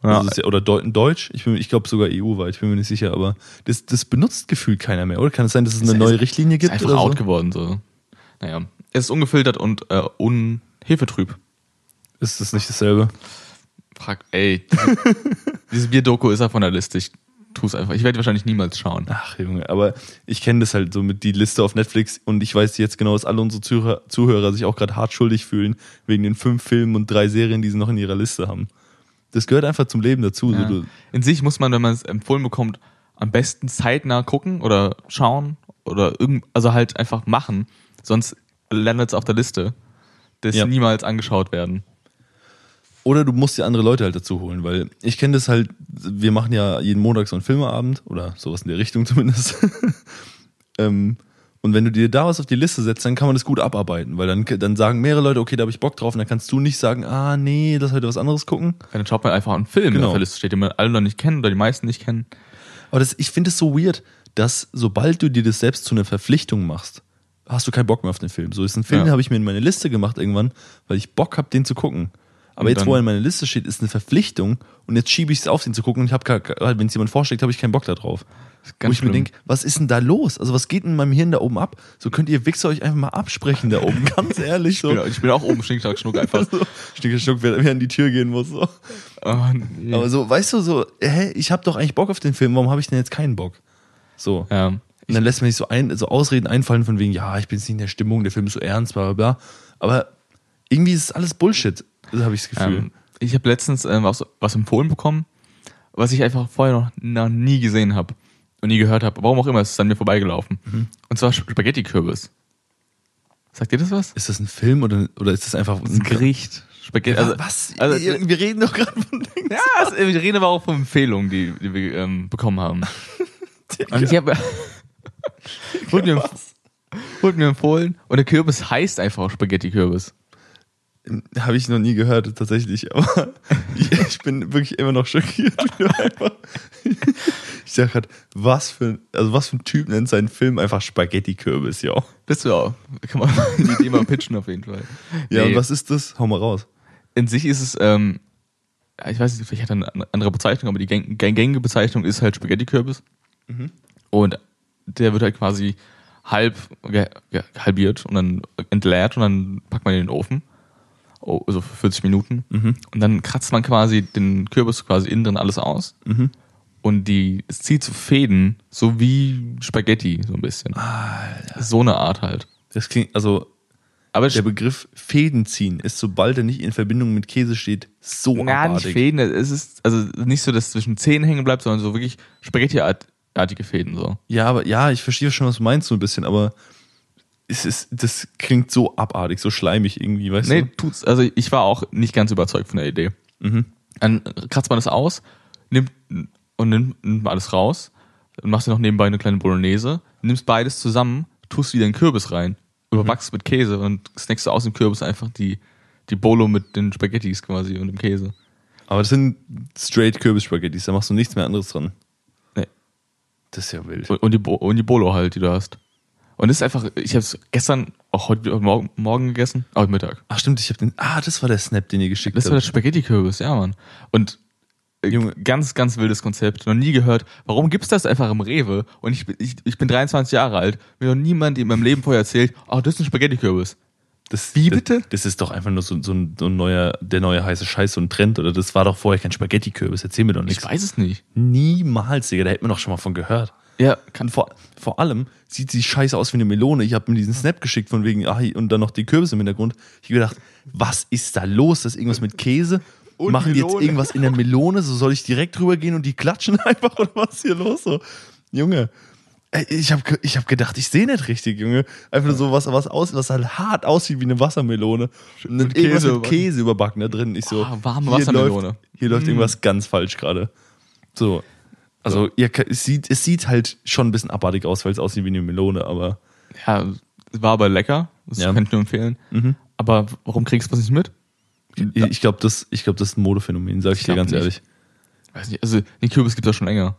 Also das ist ja, oder Deu Deutsch, ich, bin- ich glaube sogar EU-weit, ich bin mir nicht sicher, aber das, das benutzt gefühlt keiner mehr, oder? Kann es sein, dass es eine Ist- neue ist- Richtlinie Ist gibt? einfach oder out so? geworden, so. Naja. Es ist ungefiltert und äh, unhefetrüb. Ist das nicht dasselbe? Frag, <laughs> ey, dieses Bierdoku ist ja von der Liste. Ich tu's einfach. Ich werde wahrscheinlich niemals schauen. Ach Junge, aber ich kenne das halt so mit die Liste auf Netflix und ich weiß jetzt genau, dass alle unsere Zuhörer, Zuhörer sich auch gerade hart schuldig fühlen wegen den fünf Filmen und drei Serien, die sie noch in ihrer Liste haben. Das gehört einfach zum Leben dazu. Ja. So, du, In sich muss man, wenn man es empfohlen bekommt, am besten zeitnah gucken oder schauen oder irgend, also halt einfach machen. Sonst landet es auf der Liste, das Ja. niemals angeschaut werden. Oder du musst dir andere Leute halt dazu holen, weil ich kenne das halt, wir machen ja jeden Montag so einen Filmeabend oder sowas in der Richtung <laughs> zumindest. ähm, und wenn du dir da was auf die Liste setzt, dann kann man das gut abarbeiten, weil dann, dann sagen mehrere Leute, okay, da habe ich Bock drauf und dann kannst du nicht sagen, ah nee, lass heute was anderes gucken. Dann schaut man einfach einen Film, der Genau. auf der Liste steht, den man alle noch nicht kennen oder die meisten nicht kennen. Aber das, ich finde es so weird, dass sobald du dir das selbst zu einer Verpflichtung machst, hast du keinen Bock mehr auf den Film. So ist ein Film, Ja. den habe ich mir in meine Liste gemacht irgendwann, weil ich Bock habe, den zu gucken. Aber Und jetzt, dann- wo er in meiner Liste steht, ist eine Verpflichtung und jetzt schiebe ich es auf, den zu gucken und ich habe, wenn es jemand vorschlägt, habe ich keinen Bock darauf. ist Wo ganz ich mir schlimm. denke, was ist denn da los? Also was geht in meinem Hirn da oben ab? So könnt ihr Wichser euch einfach mal absprechen da oben, <laughs> ganz ehrlich. So. Also, Ich <laughs> bin, Genau, ich bin auch oben Schnickschnack Schnuck einfach. so, Schnick, Schnuck, wer, wer an die Tür gehen muss. So. Oh, nee. Aber so, weißt du, so, hä, ich habe doch eigentlich Bock auf den Film, warum habe ich denn jetzt keinen Bock? So. ja. Und dann lässt man sich so, ein, so Ausreden einfallen von wegen, ja, ich bin jetzt nicht in der Stimmung, der Film ist so ernst, bla bla bla. Aber irgendwie ist es alles Bullshit, so habe ich das Gefühl. Ähm, ich habe letztens ähm, was, was empfohlen bekommen was ich einfach vorher noch, noch nie gesehen habe und nie gehört habe. Warum auch immer, es ist an mir vorbeigelaufen. Mhm. Und zwar Sp- Spaghetti-Kürbis. Sagt ihr das was? Ist das ein Film oder, oder ist das einfach ein Gericht. Spaghetti. Also, was? Also, wir reden doch gerade von Dingen. ja, es, wir reden aber auch von Empfehlungen, die, die wir ähm, <laughs> bekommen haben. und ich habe. <laughs> wurde, mir, wurde mir empfohlen. Und der Kürbis heißt einfach Spaghetti-Kürbis. Habe ich noch nie gehört, tatsächlich. Aber <laughs> ich, ich bin wirklich immer noch schockiert. wie du einfach- ich sag grad, was für, also was für ein Typ nennt seinen Film einfach Spaghetti-Kürbis, ja. Bist du auch. Kann man <laughs> die Idee mal pitchen auf jeden Fall. Ja, Nee. und was ist das? Hau mal raus. in sich ist es, ähm, ja, ich weiß nicht, vielleicht hat er eine andere Bezeichnung, aber die gäng- gäng- gängige Bezeichnung ist halt Spaghetti-Kürbis. Und der wird halt quasi halb ge- ge- halbiert und dann entleert und dann packt man ihn in den Ofen. Oh, also für 40 Minuten. Und dann kratzt man quasi den Kürbis quasi innen drin alles aus. Und die, es zieht so Fäden, so wie Spaghetti, so ein bisschen. So eine Art halt. Das klingt, also Aber der Begriff Fäden ziehen ist, sobald er nicht in Verbindung mit Käse steht, so Ja, nicht Oh, abartig. Fäden, es ist also nicht so, dass es zwischen Zähnen hängen bleibt, sondern so wirklich Spaghetti-artige Fäden so. Ja, aber ja, ich verstehe schon, was du meinst, so ein bisschen, aber es ist, das klingt so abartig, so schleimig irgendwie, weißt Nee, du? tut's. Also ich war auch nicht ganz überzeugt von der Idee. Dann kratzt man das aus, nimmt und nimmt, nimmt alles raus und machst dir noch nebenbei eine kleine Bolognese, nimmst beides zusammen, tust wieder den Kürbis rein, überwachst mit Käse und snackst du aus dem Kürbis einfach die, die Bolo mit den Spaghettis quasi und dem Käse. Aber das sind straight Kürbis-Spaghettis, da machst du nichts mehr anderes dran. Nee. Das ist ja wild. Und, und, die, Bo und die Bolo halt, die du hast. Und das ist einfach, ich habe es gestern, auch heute heute morgen, morgen gegessen, auch Mittag. Ach stimmt, ich habe den. Ah, das war der Snap, den ihr geschickt Das war der habt. Spaghetti-Kürbis, ja, Mann. Und äh, Junge. ganz, ganz wildes Konzept. Noch nie gehört. Warum gibt's das einfach im Rewe? Und ich, bin- ich, ich bin 23 Jahre alt. Mir hat noch niemand in meinem Leben vorher erzählt, oh, das ist ein Spaghetti-Kürbis. Das, Wie das, bitte? Das ist doch einfach nur so, so, ein, so ein neuer, der neue heiße Scheiß, so ein Trend. Oder das war doch vorher kein Spaghetti-Kürbis. Erzähl mir doch Ich nichts. weiß es nicht. Niemals, Digga, da hätten wir doch schon mal von gehört. Ja, Und kann, vor, vor allem sieht sie scheiße aus wie eine Melone. Ich habe mir diesen Snap geschickt von wegen, ah, und dann noch die Kürbis im Hintergrund. Ich hab gedacht, was ist da los? Das ist irgendwas mit Käse? Und Machen die jetzt Melone. irgendwas in der Melone? So soll ich direkt drüber gehen und die klatschen <laughs> einfach oder was ist hier los? So, Junge. ey, Ich habe ich hab gedacht, ich sehe nicht richtig, Junge. Einfach nur so was, was aus, was halt hart aussieht wie eine Wassermelone. Und dann Mit irgendwas Käse mit überbacken. Käse überbacken da drin. Ich so, Ah, warme hier Wassermelone. Mm. Läuft, hier läuft irgendwas ganz falsch gerade. So. Also, ihr, ka- es, sieht, es sieht halt schon ein bisschen abartig aus, weil es aussieht wie eine Melone, aber ja, es war aber lecker. Das Ja. Mhm. kann ich nur empfehlen. Aber warum kriegst du das nicht mit? ich, ich glaube, das, ich glaub, das ist ein Modephänomen, sag ich, Ich dir glaub ganz nicht. ehrlich. Weiß nicht. Also, den Kürbis gibt's ja schon länger.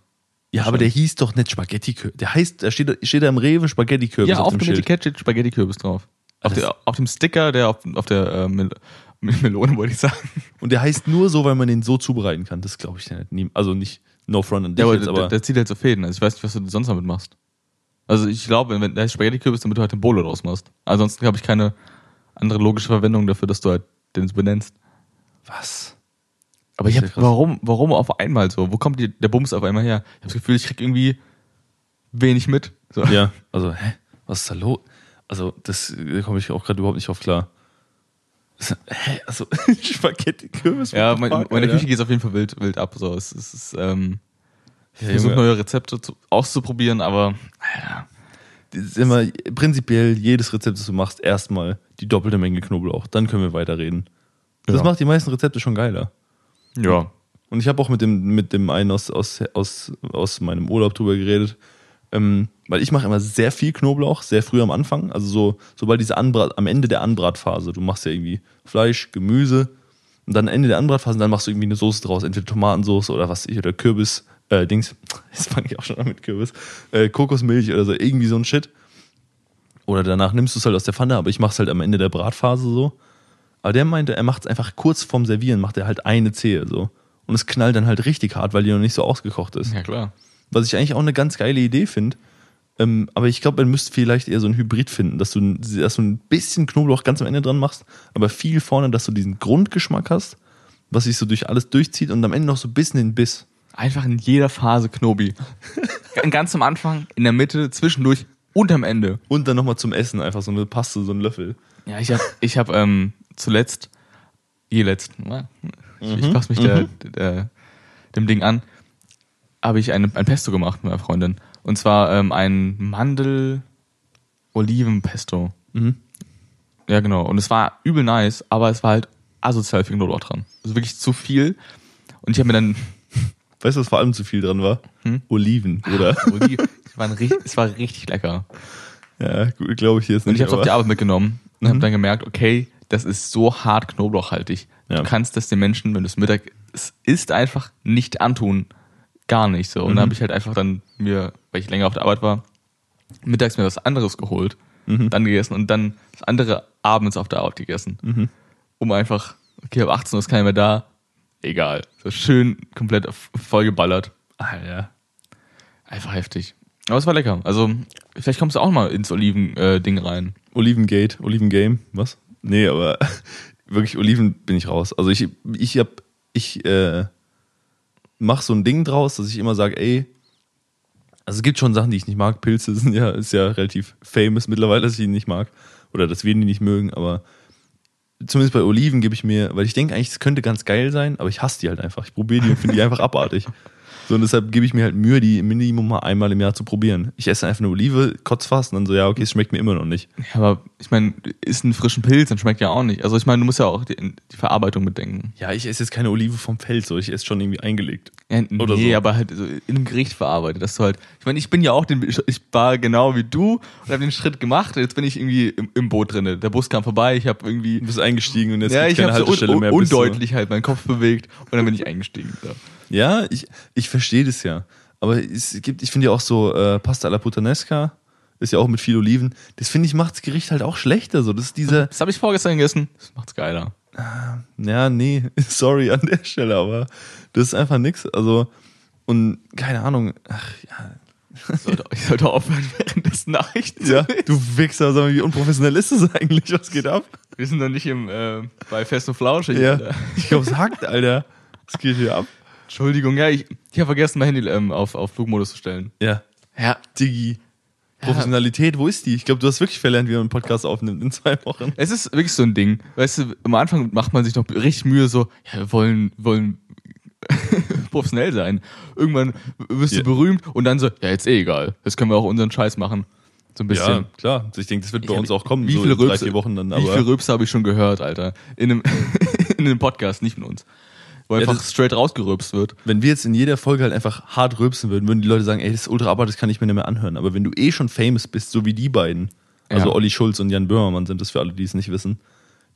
Ja, aber der hieß doch nicht Spaghetti-Kürbis. Der heißt, da steht, steht da im Rewe Spaghetti-Kürbis Ja, auf, auf, dem dem Schild. Also Etikett steht Spaghetti-Kürbis drauf. Auf, das- der, auf dem Sticker, der auf, auf der äh, Mel <laughs> Mel- Melone, wollte ich sagen. Und der heißt nur so, weil man den so zubereiten kann. Das glaube ich ja nicht. Nie- Also nicht No Front an dich Ja, aber jetzt, der, aber der zieht halt so Fäden. Also ich weiß nicht, was du sonst damit machst. Also ich glaube, wenn der heißt Spaghetti-Kürbis, damit du halt den Bolo draus machst. Ansonsten habe ich keine andere logische Verwendung dafür, dass du halt den so benennst. was? Aber ich Sehr hab, krass. warum, warum auf einmal so? Wo kommt die, der Bums auf einmal her? Ich habe das Gefühl, ich krieg irgendwie wenig mit. So. Ja, <laughs> also, hä? Was ist da los? Also, das äh, komme ich auch gerade überhaupt nicht auf klar. Hä? Also, <laughs> Spaghetti-Kürbis? <laughs> Ja, What the mein, fuck, meine Alter? Küche geht auf jeden Fall wild, wild ab. So. Es, es ist, ähm, ich Ja, versuche Junge. neue Rezepte zu, auszuprobieren, aber Alter, Das ist immer prinzipiell jedes Rezept, das du machst, erstmal die doppelte Menge Knoblauch. Dann können wir weiterreden. Das Ja. macht die meisten Rezepte schon geiler. ja. Und ich habe auch mit dem, mit dem einen aus, aus, aus, aus meinem Urlaub drüber geredet. Ähm, weil ich mache immer sehr viel Knoblauch, sehr früh am Anfang. Also so, sobald diese Anbrat, am Ende der Anbratphase, du machst ja irgendwie Fleisch, Gemüse und dann Ende der Anbratphase, dann machst du irgendwie eine Soße draus, entweder Tomatensauce oder was weiß ich, oder Kürbis, äh, Dings, <laughs> jetzt fange ich auch schon an mit Kürbis, äh, Kokosmilch oder so, irgendwie so ein Shit. Oder danach nimmst du es halt aus der Pfanne, aber ich mach's halt am Ende der Bratphase so. Aber der meinte, er macht es einfach kurz vorm Servieren, macht er halt eine Zehe so. Und es knallt dann halt richtig hart, weil die noch nicht so ausgekocht ist. Ja, klar. Was ich eigentlich auch eine ganz geile Idee finde. Ähm, aber ich glaube, man müsste vielleicht eher so ein Hybrid finden, dass du, ein- dass du ein bisschen Knoblauch ganz am Ende dran machst, aber viel vorne, dass du diesen Grundgeschmack hast, was sich so durch alles durchzieht und am Ende noch so ein bisschen den Biss. Einfach in jeder Phase Knobi. G- <laughs> Ganz am Anfang, in der Mitte, zwischendurch und am Ende. Und dann nochmal zum Essen einfach so eine Paste, so einen Löffel. Ja, ich hab, ich hab ähm, zuletzt, je letzten, ich, ich passe mich der, der, dem Ding an, habe ich ein, ein Pesto gemacht mit meiner Freundin. Und zwar ähm, ein Mandel-Oliven-Pesto. Mhm. Ja, genau. Und es war übel nice, aber es war halt asozial viel Knoblauch dran. Also wirklich zu viel. Und ich habe mir dann <laughs> Weißt du, was vor allem zu viel dran war? Hm? Oliven, <laughs> oder? Oliven. es, waren richtig, es war richtig lecker. ja, glaube ich jetzt nicht. Und ich habe es auf aber- die Arbeit mitgenommen und habe dann gemerkt, okay, das ist so hart knoblauchhaltig. Ja. Du kannst das den Menschen, wenn du es Mittag es ist einfach nicht antun. Gar nicht so. Und dann habe ich halt einfach dann mir, weil ich länger auf der Arbeit war, mittags mir was anderes geholt, dann gegessen und dann das andere abends auf der Arbeit gegessen. Um einfach, okay, ab 18 Uhr ist keiner mehr da. Egal. So schön komplett auf- vollgeballert. Ah, Alter. Einfach heftig. Aber es war lecker. Also, vielleicht kommst du auch mal ins Oliven-Ding rein. Olivengate, Olivengame, was? Nee, aber <laughs> wirklich Oliven bin ich raus. Also ich, ich hab, ich äh, mach so ein Ding draus, dass ich immer sage, ey, also es gibt schon Sachen, die ich nicht mag. Pilze <laughs> sind ja, ist ja relativ famous mittlerweile, dass ich die nicht mag. Oder dass wir die nicht mögen, aber zumindest bei Oliven gebe ich mir, weil ich denke eigentlich, es könnte ganz geil sein, aber ich hasse die halt einfach. Ich probiere die und finde die einfach abartig. So, und deshalb gebe ich mir halt Mühe, die Minimum mal einmal im Jahr zu probieren. Ich esse einfach eine Olive, kotz fast und dann so, ja, okay, es schmeckt mir immer noch nicht. Ja, aber ich meine, isst einen frischen Pilz, dann schmeckt ja auch nicht. Also ich meine, du musst ja auch die, die Verarbeitung bedenken. Ja, ich esse jetzt keine Olive vom Feld, so ich esse schon irgendwie eingelegt. Ja, Oder nee, so. aber halt so in einem Gericht verarbeitet, dass du halt. Ich meine, ich bin ja auch den, ich war genau wie du und habe den Schritt gemacht. und Jetzt bin ich irgendwie im, im Boot drinne. Der Bus kam vorbei, ich habe irgendwie, Du bist eingestiegen und jetzt ja, gibt's ich habe so un, un, bis zu- undeutlich halt meinen Kopf bewegt und dann bin ich eingestiegen. So. Ja, ich, ich verstehe das ja. Aber es gibt, ich finde ja auch so äh, Pasta alla Puttanesca, ist ja auch mit viel Oliven. Das finde ich macht das Gericht halt auch schlechter. So, das ist diese, Das habe ich vorgestern gegessen. Das macht's geiler. <laughs> ja, nee, <laughs> sorry an der Stelle, aber das ist einfach nix. Also, und keine Ahnung, ach <laughs> ja. Ich sollte, ich sollte aufhören während des Nachrichten. Ja, du Wichser, sag mal, wie unprofessionell ist das eigentlich? Was geht ab? Wir sind doch nicht im äh, bei Fest und Flauschig. Ja, Alter. ich glaube, es hackt, Alter. Was geht hier ab? Entschuldigung, ja, ich, ich habe vergessen, mein Handy ähm, auf, auf Flugmodus zu stellen. Ja, Ja. Digi. Professionalität, wo ist die? Ich glaube, du hast wirklich verlernt, wie man einen Podcast aufnimmt in zwei Wochen. Es ist wirklich so ein Ding. Weißt du, am Anfang macht man sich noch richtig Mühe, so, ja, wir wollen, wollen <laughs> professionell sein. Irgendwann wirst Ja. du berühmt und dann so, ja, jetzt eh egal. Jetzt können wir auch unseren Scheiß machen. So ein bisschen. Ja, klar. Also ich denke, das wird bei Ich uns hab- auch kommen. Wie so viele in drei, Rülpse- vier Wochen dann. Wie Aber viele Rülpse habe ich schon gehört, Alter? In einem, <laughs> in einem Podcast, nicht mit uns. Wo Ja, einfach das- straight rausgerülpst wird. wenn wir jetzt in jeder Folge halt einfach hart rülpsen würden, würden die Leute sagen, ey, das ist ultra Arbeit, das kann ich mir nicht mehr anhören. Aber wenn du eh schon famous bist, so wie die beiden, also Ja. Olli Schulz und Jan Böhmermann sind das für alle, die es nicht wissen,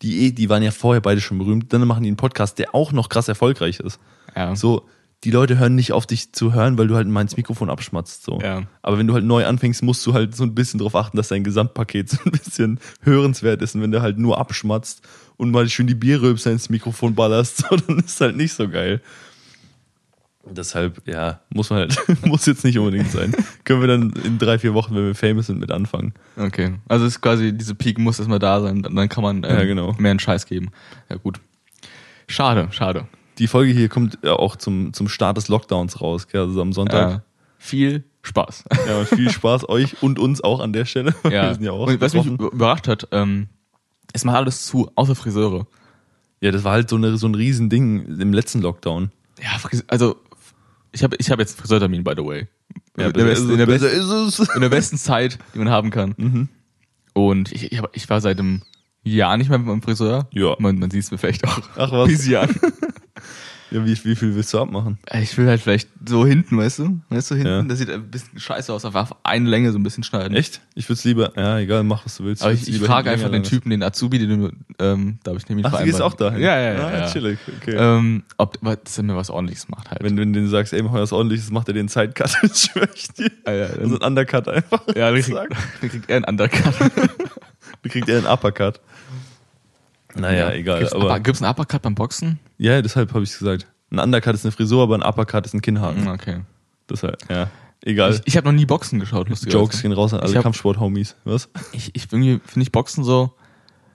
die eh, die waren ja vorher beide schon berühmt, dann machen die einen Podcast, der auch noch krass erfolgreich ist. Ja. So, die Leute hören nicht auf dich zu hören, weil du halt mal ins Mikrofon abschmatzt. So. Ja. Aber wenn du halt neu anfängst, musst du halt so ein bisschen darauf achten, dass dein Gesamtpaket <laughs> so ein bisschen hörenswert ist. Und wenn du halt nur abschmatzt und mal schön die Bierröpser ins Mikrofon ballerst, <laughs> so, dann ist halt nicht so geil. Deshalb, ja, muss man halt, <laughs> muss jetzt nicht unbedingt sein. Können wir dann in drei, vier Wochen, wenn wir famous sind, mit anfangen. Okay. Also es ist quasi, diese Peak muss erstmal da sein, dann, dann kann man ähm, Ja, genau. mehr einen Scheiß geben. Ja, gut. Schade, schade. Die Folge hier kommt ja auch zum, zum Start des Lockdowns raus, gell? also am Sonntag. Ja. Äh, Viel Spaß. <laughs> Ja. und viel Spaß euch und uns auch an der Stelle. <laughs> ja. Wir sind ja auch Und was mich betroffen. über- überrascht hat, ähm, es macht alles zu, außer Friseure. Ja, das war halt so, eine, so ein Riesending im letzten Lockdown. Ja, Fris- also ich habe ich hab jetzt einen Friseurtermin, by the way. Ja, in, der besten, in, der besten, ist es. in der besten Zeit, die man haben kann. Mhm. Und ich, ich, hab, ich war seit einem Jahr nicht mehr mit meinem Friseur. Ja. Man, man sieht es mir vielleicht auch. Ach was. Bis Jahr. Ja, wie, wie viel willst du abmachen? Ich will halt vielleicht so hinten, weißt du? Weißt du, hinten, Ja. das sieht ein bisschen scheiße aus, aber auf eine Länge so ein bisschen schneiden. Echt? Ich würde es lieber, ja, egal, mach was du willst. Aber würd's ich, ich lieber frage hinten einfach länger den lassen. Typen, den Azubi, den du, ähm, da habe ich nämlich Ach, du gehst auch dahin? Ja, ja, ja. Ah, ja. Chillig, okay. Ähm, ob was- dass er mir was ordentliches macht halt. wenn, wenn du denen sagst, ey, mach mal was ordentliches, macht er den Sidecut, <laughs> das schwör ich dir. Ah, ja, also ein Undercut einfach. ja, dann kriegt, Zack. dann kriegt er einen Undercut. dann kriegt er einen Uppercut. <laughs> Naja, Ah, egal. Gibt's, aber, aber, gibt's einen Uppercut beim Boxen? ja, deshalb habe ich es gesagt. Ein Undercut ist eine Frisur, aber ein Uppercut ist ein Kinnhaken. Hm, Okay. Deshalb, ja. Egal. Ich, ich habe noch nie Boxen geschaut, lustigerweise. Jokes gehen raus an alle Ich hab- Kampfsport-Homies. Was? Ich, ich irgendwie finde ich Boxen so.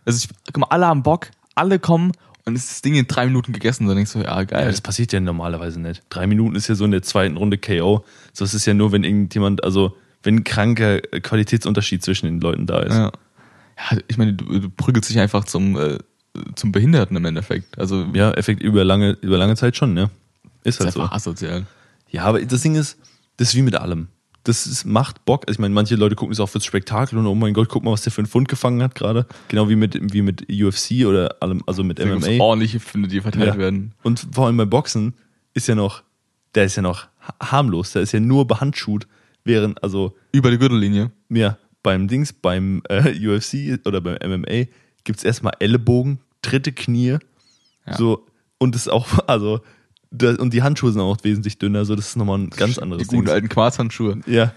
Also ich, guck mal, alle haben Bock, alle kommen und es ist das Ding in drei Minuten gegessen. Dann denkst du, ja Ja, geil. das passiert ja normalerweise nicht. Drei Minuten ist ja so in der zweiten Runde KO. So es ist ja nur, wenn irgendjemand, also wenn ein kranker Qualitätsunterschied zwischen den Leuten da ist. Ja. ja ich meine, du, du prügelst dich einfach zum, äh, zum Behinderten im Endeffekt. Also Ja, Effekt über lange, über lange Zeit schon, ne? Ist das halt ist so. einfach asozial. Ja, aber das Ding ist, das ist wie mit allem. Das ist, macht Bock. Also ich meine, manche Leute gucken es auch fürs Spektakel und oh mein Gott, guck mal, was der für einen Pfund gefangen hat gerade. Genau wie mit, wie mit UFC oder allem, also mit Da gibt's MMA. ordentliche Pfinde, die verteilt Ja. werden. Und vor allem bei Boxen ist ja noch, der ist ja noch ha- harmlos, der ist ja nur behandschuht, während, also, Über die Gürtellinie. ja, beim Dings, beim äh, <laughs> UFC oder beim MMA gibt es erstmal Ellenbogen, dritte Knie, Ja. so, und das ist auch, <laughs> also, da, und die Handschuhe sind auch wesentlich dünner, so, das ist nochmal ein ganz anderes Die guten alten Quarzhandschuhe. Ja.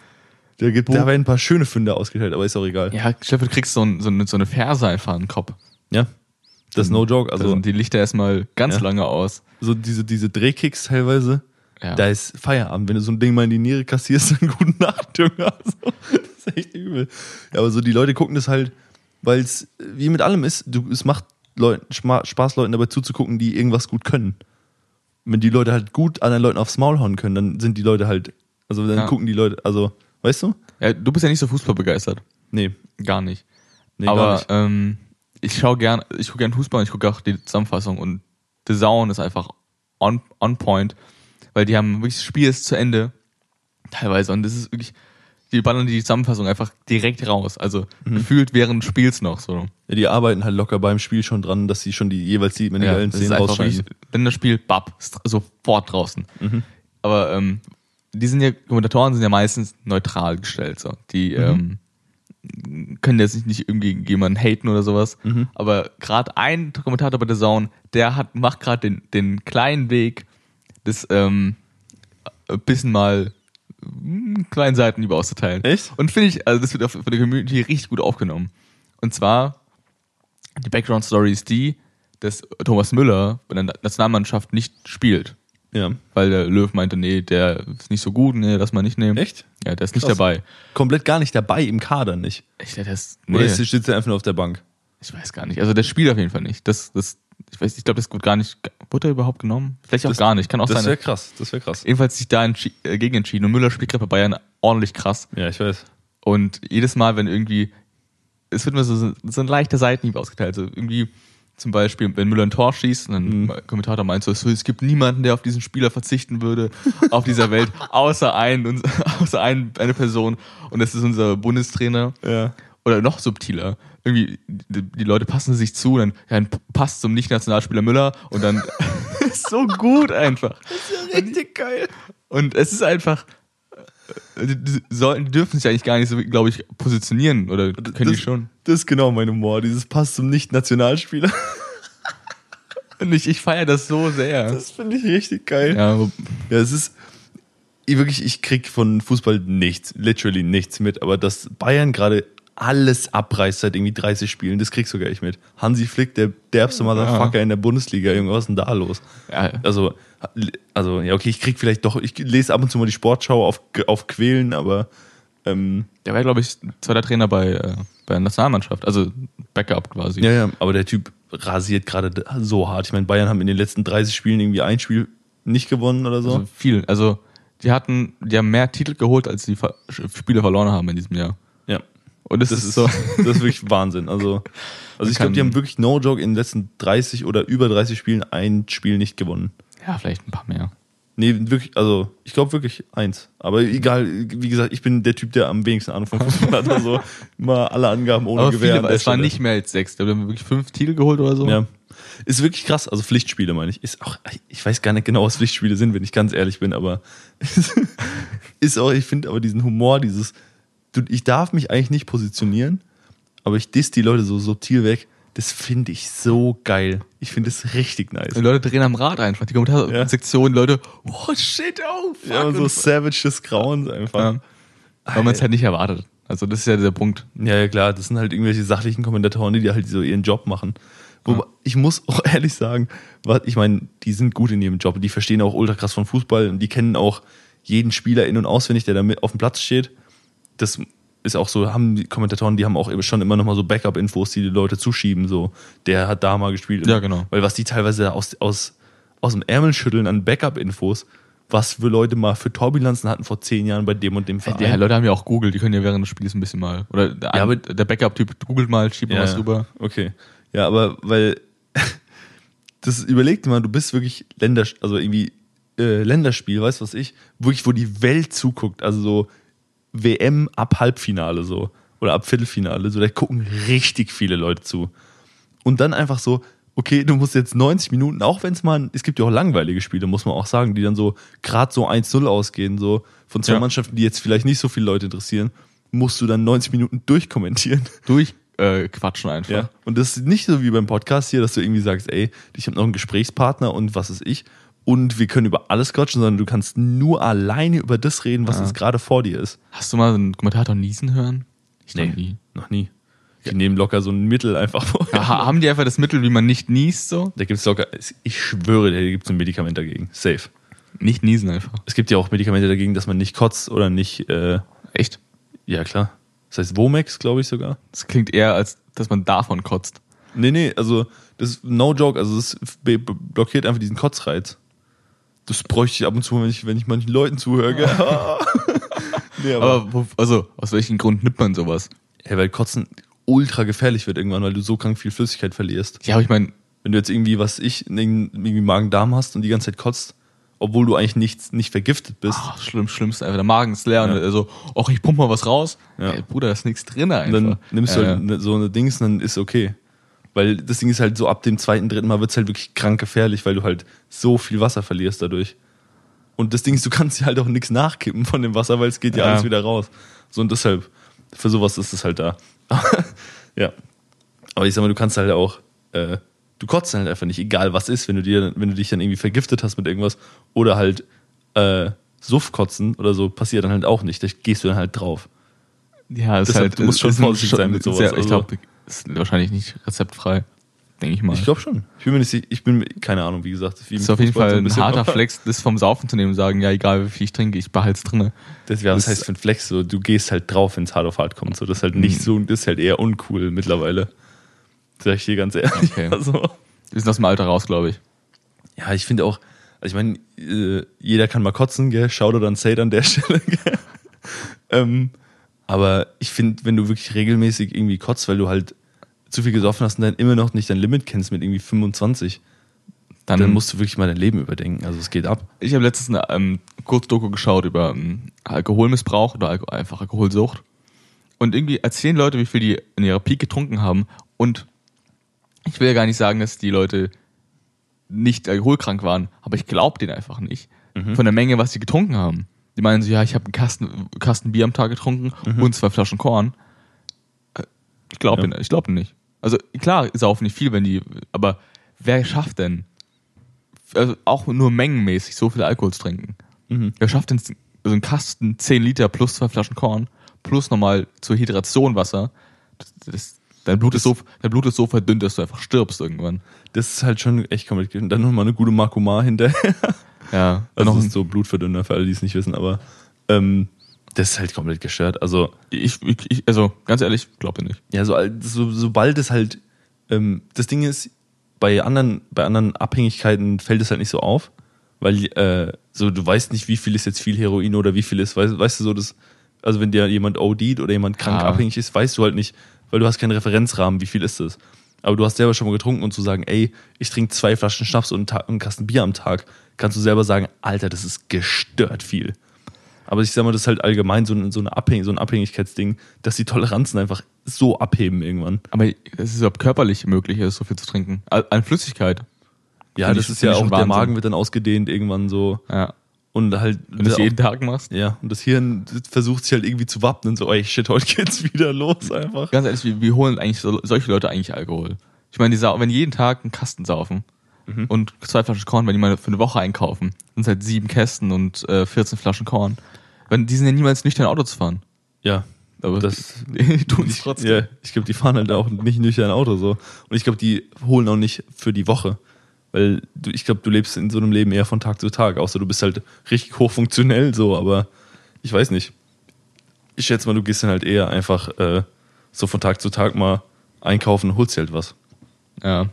Da, gibt, da werden ein paar schöne Funde ausgeteilt, aber ist auch egal. Ja. Ja, Stefan, du kriegst so, ein, so, eine, so eine Ferse einfach an den Kopf. Das ist no joke. Also da Also, sind die Lichter erstmal ganz Ja. lange aus. so diese, diese Drehkicks teilweise, Ja. da ist Feierabend. Wenn du so ein Ding mal in die Niere kassierst, <laughs> dann guten Nacht, Junge. <laughs> Also, das ist echt übel. Ja, aber so die Leute gucken das halt, weil es wie mit allem ist, du, es macht Leuten, Schma- Spaß, Leuten dabei zuzugucken, die irgendwas gut können. Wenn die Leute halt gut anderen Leuten aufs Maul hauen können, dann sind die Leute halt, also dann Ja. gucken die Leute, also, weißt du? Ja, du bist ja nicht so fußballbegeistert. Nee, Gar nicht. nee, Aber gar nicht. Ähm, ich schaue gern, ich gucke gern Fußball und ich gucke auch die Zusammenfassung und The Zone ist einfach on, on point, weil die haben wirklich das Spiel ist zu Ende teilweise und das ist wirklich, die ballern die Zusammenfassung einfach direkt raus. Also Mhm. gefühlt während des Spiels noch so. Ja, die arbeiten halt locker beim Spiel schon dran, dass sie schon die jeweils die, wenn die geilen das ist Szenen einfach wirklich, rausschneiden. wenn das Spiel, bap, ist sofort draußen. Mhm. Aber ähm, die sind ja, Kommentatoren sind ja meistens neutral gestellt. So. Die Mhm. ähm, können jetzt nicht, nicht irgendwie jemanden haten oder sowas. Mhm. Aber gerade ein Kommentator bei The Zone, der hat, macht gerade den, den kleinen Weg des ähm, ein bisschen mal mm, kleinen Seiten über auszuteilen. Echt? Und finde ich, also das wird auf- von der Community richtig gut aufgenommen. Und zwar die Background Story ist die, dass Thomas Müller bei der Nationalmannschaft nicht spielt, Ja. weil der Löw meinte, nee, der ist nicht so gut, nee, lass mal nicht nehmen. Echt? Ja, der ist nicht Krass. dabei. Komplett gar nicht dabei im Kader nicht. Ich, der ist, Oder nee, ist sie sitzt er einfach nur auf der Bank? ich weiß gar nicht. Also der spielt auf jeden Fall nicht. Das, das, ich weiß, ich glaube, das wird gar nicht. Wurde er überhaupt genommen? Vielleicht auch Das- gar nicht. Kann auch Das wäre sein. krass, das wäre krass. Jedenfalls sich da entschi- äh, gegen entschieden. Und Müller spielt gerade bei Bayern ordentlich krass. Ja, ich weiß. Und jedes Mal, wenn irgendwie, es wird mir so, so so ein leichter Seitenhieb ausgeteilt. So irgendwie zum Beispiel, wenn Müller ein Tor schießt und ein Kommentator meint so, so, es gibt niemanden, der auf diesen Spieler verzichten würde auf dieser Welt, außer einen, uns- <laughs> außer einen, eine Person. Und das ist unser Bundestrainer. Ja. Oder noch subtiler. Irgendwie, die, die Leute passen sich zu, dann, ja, dann passt zum Nicht-Nationalspieler Müller und dann <laughs> ist so gut einfach. Richtig geil. Und es ist einfach. äh, Die, die, sollten, die dürfen sich eigentlich gar nicht so, glaube ich, positionieren. Oder können die das, schon? Das ist genau mein Humor. Dieses passt zum Nicht-Nationalspieler. <laughs> Und ich, ich feiere das so sehr. Das finde ich richtig geil. ja, wo- Ja, es ist ich wirklich, ich krieg von Fußball nichts, literally nichts mit, aber dass Bayern gerade alles abreißt seit irgendwie 30 Spielen, das kriegst du gar nicht mit. Hansi Flick, der derbste Motherfucker in der Bundesliga, Junge, was ist denn da los? Ja. Also, also, ja, okay, ich krieg vielleicht doch, ich lese ab und zu mal die Sportschau auf, auf Quälen, aber ähm, der war, glaube ich, zweiter Trainer bei, äh, bei der Nationalmannschaft. Also Backup quasi. ja, ja, aber der Typ rasiert gerade da- so hart. Ich meine, Bayern haben in den letzten 30 Spielen irgendwie ein Spiel nicht gewonnen oder so. Also viel. Also die hatten, die haben mehr Titel geholt, als die Ver Spiele verloren haben in diesem Jahr. ja. Und das, Das ist ist, so. <laughs> das ist wirklich Wahnsinn. Also, also ich glaube, die kann- haben wirklich no joke in den letzten 30 oder über 30 Spielen ein Spiel nicht gewonnen. <laughs> Ja, vielleicht ein paar mehr. Nee, wirklich, also ich glaube wirklich eins. Aber egal, wie gesagt, ich bin der Typ, der am wenigsten Ahnung von Fußball hat. <laughs> Also immer alle Angaben ohne Aber Gewehr. viele, an der es waren Stelle. nicht mehr als sechs. Die haben wirklich fünf Titel geholt oder so. Ja. Ist wirklich krass. Also Pflichtspiele meine ich. Ist auch, ich weiß gar nicht genau, was Pflichtspiele sind, wenn ich ganz ehrlich bin, aber <laughs> ist auch, ich finde aber diesen Humor, dieses, du, ich darf mich eigentlich nicht positionieren, aber ich diss die Leute so subtil weg. Das finde ich so geil. Ich finde es richtig Die nice. Leute drehen am Rad einfach. Die Kommentarsektion, Leute, oh shit, oh fuck. Ja, so und- savage des Grauens einfach. Ja. Weil man es halt nicht erwartet. Also das ist ja der Punkt. Ja, ja, klar, das sind halt irgendwelche sachlichen Kommentatoren, die halt so ihren Job machen. Wobei, ich muss auch <laughs> ehrlich sagen, was, ich meine, die sind gut in ihrem Job, die verstehen auch ultra krass von Fußball und die kennen auch jeden Spieler in- und auswendig, der da mit auf dem Platz steht. Das ist auch so, haben die Kommentatoren, die haben auch eben schon immer nochmal so Backup-Infos, die die Leute zuschieben, so, der hat da mal gespielt. Ja, genau. Weil was die teilweise aus, aus, aus dem Ärmel schütteln an Backup-Infos, was wir Leute mal für Torbilanzen hatten vor zehn Jahren bei dem und dem Verein. Ja, Leute haben ja auch Google, die können ja während des Spiels ein bisschen mal. Oder der, Ja, aber- der Backup-Typ googelt mal, schiebt mal was rüber. Okay. <laughs> Ja, aber weil das überlegt mal, du bist wirklich Länder, also irgendwie äh, Länderspiel, weißt du was ich, wirklich, wo die Welt zuguckt, also so WM ab Halbfinale so oder ab Viertelfinale, so da gucken richtig viele Leute zu. Und dann einfach so, okay, du musst jetzt 90 Minuten, auch wenn es mal, es gibt ja auch langweilige Spiele, muss man auch sagen, die dann so gerade so 1-0 ausgehen, so von zwei Ja. Mannschaften, die jetzt vielleicht nicht so viele Leute interessieren, musst du dann 90 Minuten durchkommentieren. Durchquatschen äh, quatschen einfach. Ja. Und das ist nicht so wie beim Podcast hier, dass du irgendwie sagst, ey, ich habe noch einen Gesprächspartner und was ist ich. Und wir können über alles quatschen, sondern du kannst nur alleine über das reden, was Ja. jetzt gerade vor dir ist. Hast du mal einen Kommentator niesen hören? Ich noch nie. Noch nie. Die nehmen locker so ein Mittel einfach vor. Ja, ha- haben die einfach das Mittel, wie man nicht niest, so? Da gibt's locker, ich schwöre, dir, da gibt's ein Medikament dagegen. Safe. Nicht niesen einfach. Es gibt ja auch Medikamente dagegen, dass man nicht kotzt oder nicht, äh, Echt? ja klar. Das heißt Womex, glaube ich sogar. Das klingt eher, als dass man davon kotzt. Nee, nee, also das ist no joke, also das be- be- blockiert einfach diesen Kotzreiz. Das bräuchte ich ab und zu, wenn ich, wenn ich manchen Leuten zuhöre. gell? <laughs> nee, aber, Aber wo, also, aus welchem Grund nimmt man sowas? hey, weil Kotzen ultra gefährlich wird irgendwann, weil du so krank viel Flüssigkeit verlierst. Ja, aber ich meine, Wenn du jetzt irgendwie, was ich, irgendeinen- irgendwie Magen-Darm hast und die ganze Zeit kotzt, obwohl du eigentlich nichts, nicht vergiftet bist, ach, schlimm, schlimmst einfach, der Magen ist leer. Ja. Und also, ach, ich pump mal was raus. Ja. Ey, Bruder, da ist nichts drin und einfach. dann nimmst du Ja, halt ne- so eine Dings und dann ist okay. Weil das Ding ist halt so, ab dem zweiten, dritten Mal wird es halt wirklich krank gefährlich, weil du halt so viel Wasser verlierst dadurch. Und das Ding ist, du kannst dir halt auch nichts nachkippen von dem Wasser, weil es geht ja, Ja. alles wieder raus. So und deshalb, für sowas ist es halt da. <laughs> ja. Aber ich sag mal, du kannst halt auch, äh, du kotzt halt einfach nicht, egal was ist, wenn du dir, wenn du dich dann irgendwie vergiftet hast mit irgendwas oder halt äh, Suffkotzen oder so, passiert dann halt auch nicht. Da gehst du dann halt drauf. ja ist Deshalb, halt, du musst schon ist ein- vorsichtig sein mit sowas, Sehr, ich also. glaube, ist wahrscheinlich nicht rezeptfrei. Denke ich mal. Ich glaube schon. Ich bin mir nicht sicher. Ich bin, keine Ahnung, wie gesagt. Wie ist mit auf jeden Fußball Fall so ein bisschen- <laughs> harter Flex, das vom Saufen zu nehmen und sagen, ja, egal wie viel ich trinke, ich behalte es drinne. Das, ja, das Das- heißt für ein Flex, so, du gehst halt drauf, wenn es hart auf hart kommt. So, das ist halt nicht so, das ist halt eher uncool mittlerweile. Sag ich dir ganz ehrlich. Okay. <laughs> Also, Wir sind aus dem Alter raus, glaube ich. ja, ich finde auch, also ich meine, äh, jeder kann mal kotzen, gell? Shoutout an Sade an der <laughs> Stelle, gell? ähm, aber ich finde, wenn du wirklich regelmäßig irgendwie kotzt, weil du halt zu viel gesoffen hast und dann immer noch nicht dein Limit kennst mit irgendwie 25, Dann, dann muss musst du wirklich mal dein Leben überdenken. Also es geht ab. ich habe letztens eine ähm, Kurzdoku geschaut über ähm, Alkoholmissbrauch oder Alko einfach Alkoholsucht. Und irgendwie erzählen Leute, wie viel die in ihrer Peak getrunken haben. Und ich will ja gar nicht sagen, dass die Leute nicht alkoholkrank waren, aber ich glaube denen einfach nicht. Von der Menge, was sie getrunken haben. Die meinen so, ja, ich habe einen Kasten, Kasten Bier am Tag getrunken und zwei Flaschen Korn. Äh, Ich glaube Ja. denen, ich glaub denen nicht. Also klar, saufen nicht viel, wenn die, aber wer schafft denn, also auch nur mengenmäßig so viel Alkohol zu trinken? Mhm. Wer schafft denn so einen Kasten 10 Liter plus zwei Flaschen Korn plus nochmal zur Hydration Wasser? Das, das, dein, Blut ist so, dein Blut ist so verdünnt, dass du einfach stirbst irgendwann. Das ist halt schon echt kompliziert. Und dann nochmal eine gute Makoma hinterher. Ja, dann Also <laughs> noch das ein, ist so Blutverdünner für alle, die es nicht wissen, aber ähm, das ist halt komplett gestört. Also, ich, ich, ich, also ganz ehrlich, glaub dir nicht. ja, so, al- so, sobald es halt, ähm, das Ding ist, bei anderen, bei anderen Abhängigkeiten fällt es halt nicht so auf, weil äh, so du weißt nicht, wie viel ist jetzt viel Heroin oder wie viel ist, weißt, weißt du so, das, also wenn dir jemand OD't oder jemand krank Ja. abhängig ist, weißt du halt nicht, weil du hast keinen Referenzrahmen, wie viel ist das. Aber du hast selber schon mal getrunken und zu sagen, ey, ich trinke zwei Flaschen Schnaps und einen Ta- einen Kasten Bier am Tag, kannst du selber sagen, Alter, das ist gestört viel. Aber ich sag mal, das ist halt allgemein so, ein- so, eine Abhäng so ein Abhängigkeitsding, dass die Toleranzen einfach so abheben irgendwann. Aber es ist überhaupt körperlich möglich, so viel zu trinken. An an Flüssigkeit. Ja, Find das ich- ist find ja ich auch, schon der Wahnsinn. Magen wird dann ausgedehnt irgendwann so. Ja. Und halt, Wenn du es auch, jeden Tag machst. ja, und das Hirn versucht sich halt irgendwie zu wappnen, so, ey, shit, heute geht's wieder los einfach. Ganz ehrlich, wie, wie holen eigentlich so, solche Leute eigentlich Alkohol? Ich meine, die sau wenn die jeden Tag einen Kasten saufen Mhm. und zwei Flaschen Korn, wenn die mal für eine Woche einkaufen, sind es halt sieben Kästen und äh, 14 Flaschen Korn. Wenn, die sind ja niemals nüchtern Auto zu fahren. Ja, Aber Das- <laughs> die tun es ich, trotzdem. ja, ich glaube, die fahren halt auch nicht nüchtern Auto so. Und ich glaube, die holen auch nicht für die Woche. Weil du, ich glaube, du lebst in so einem Leben eher von Tag zu Tag, außer du bist halt richtig <laughs> hochfunktionell so, aber ich weiß nicht. Ich schätze mal, du gehst dann halt eher einfach äh, so von Tag zu Tag mal einkaufen und holst dir halt was. Ja.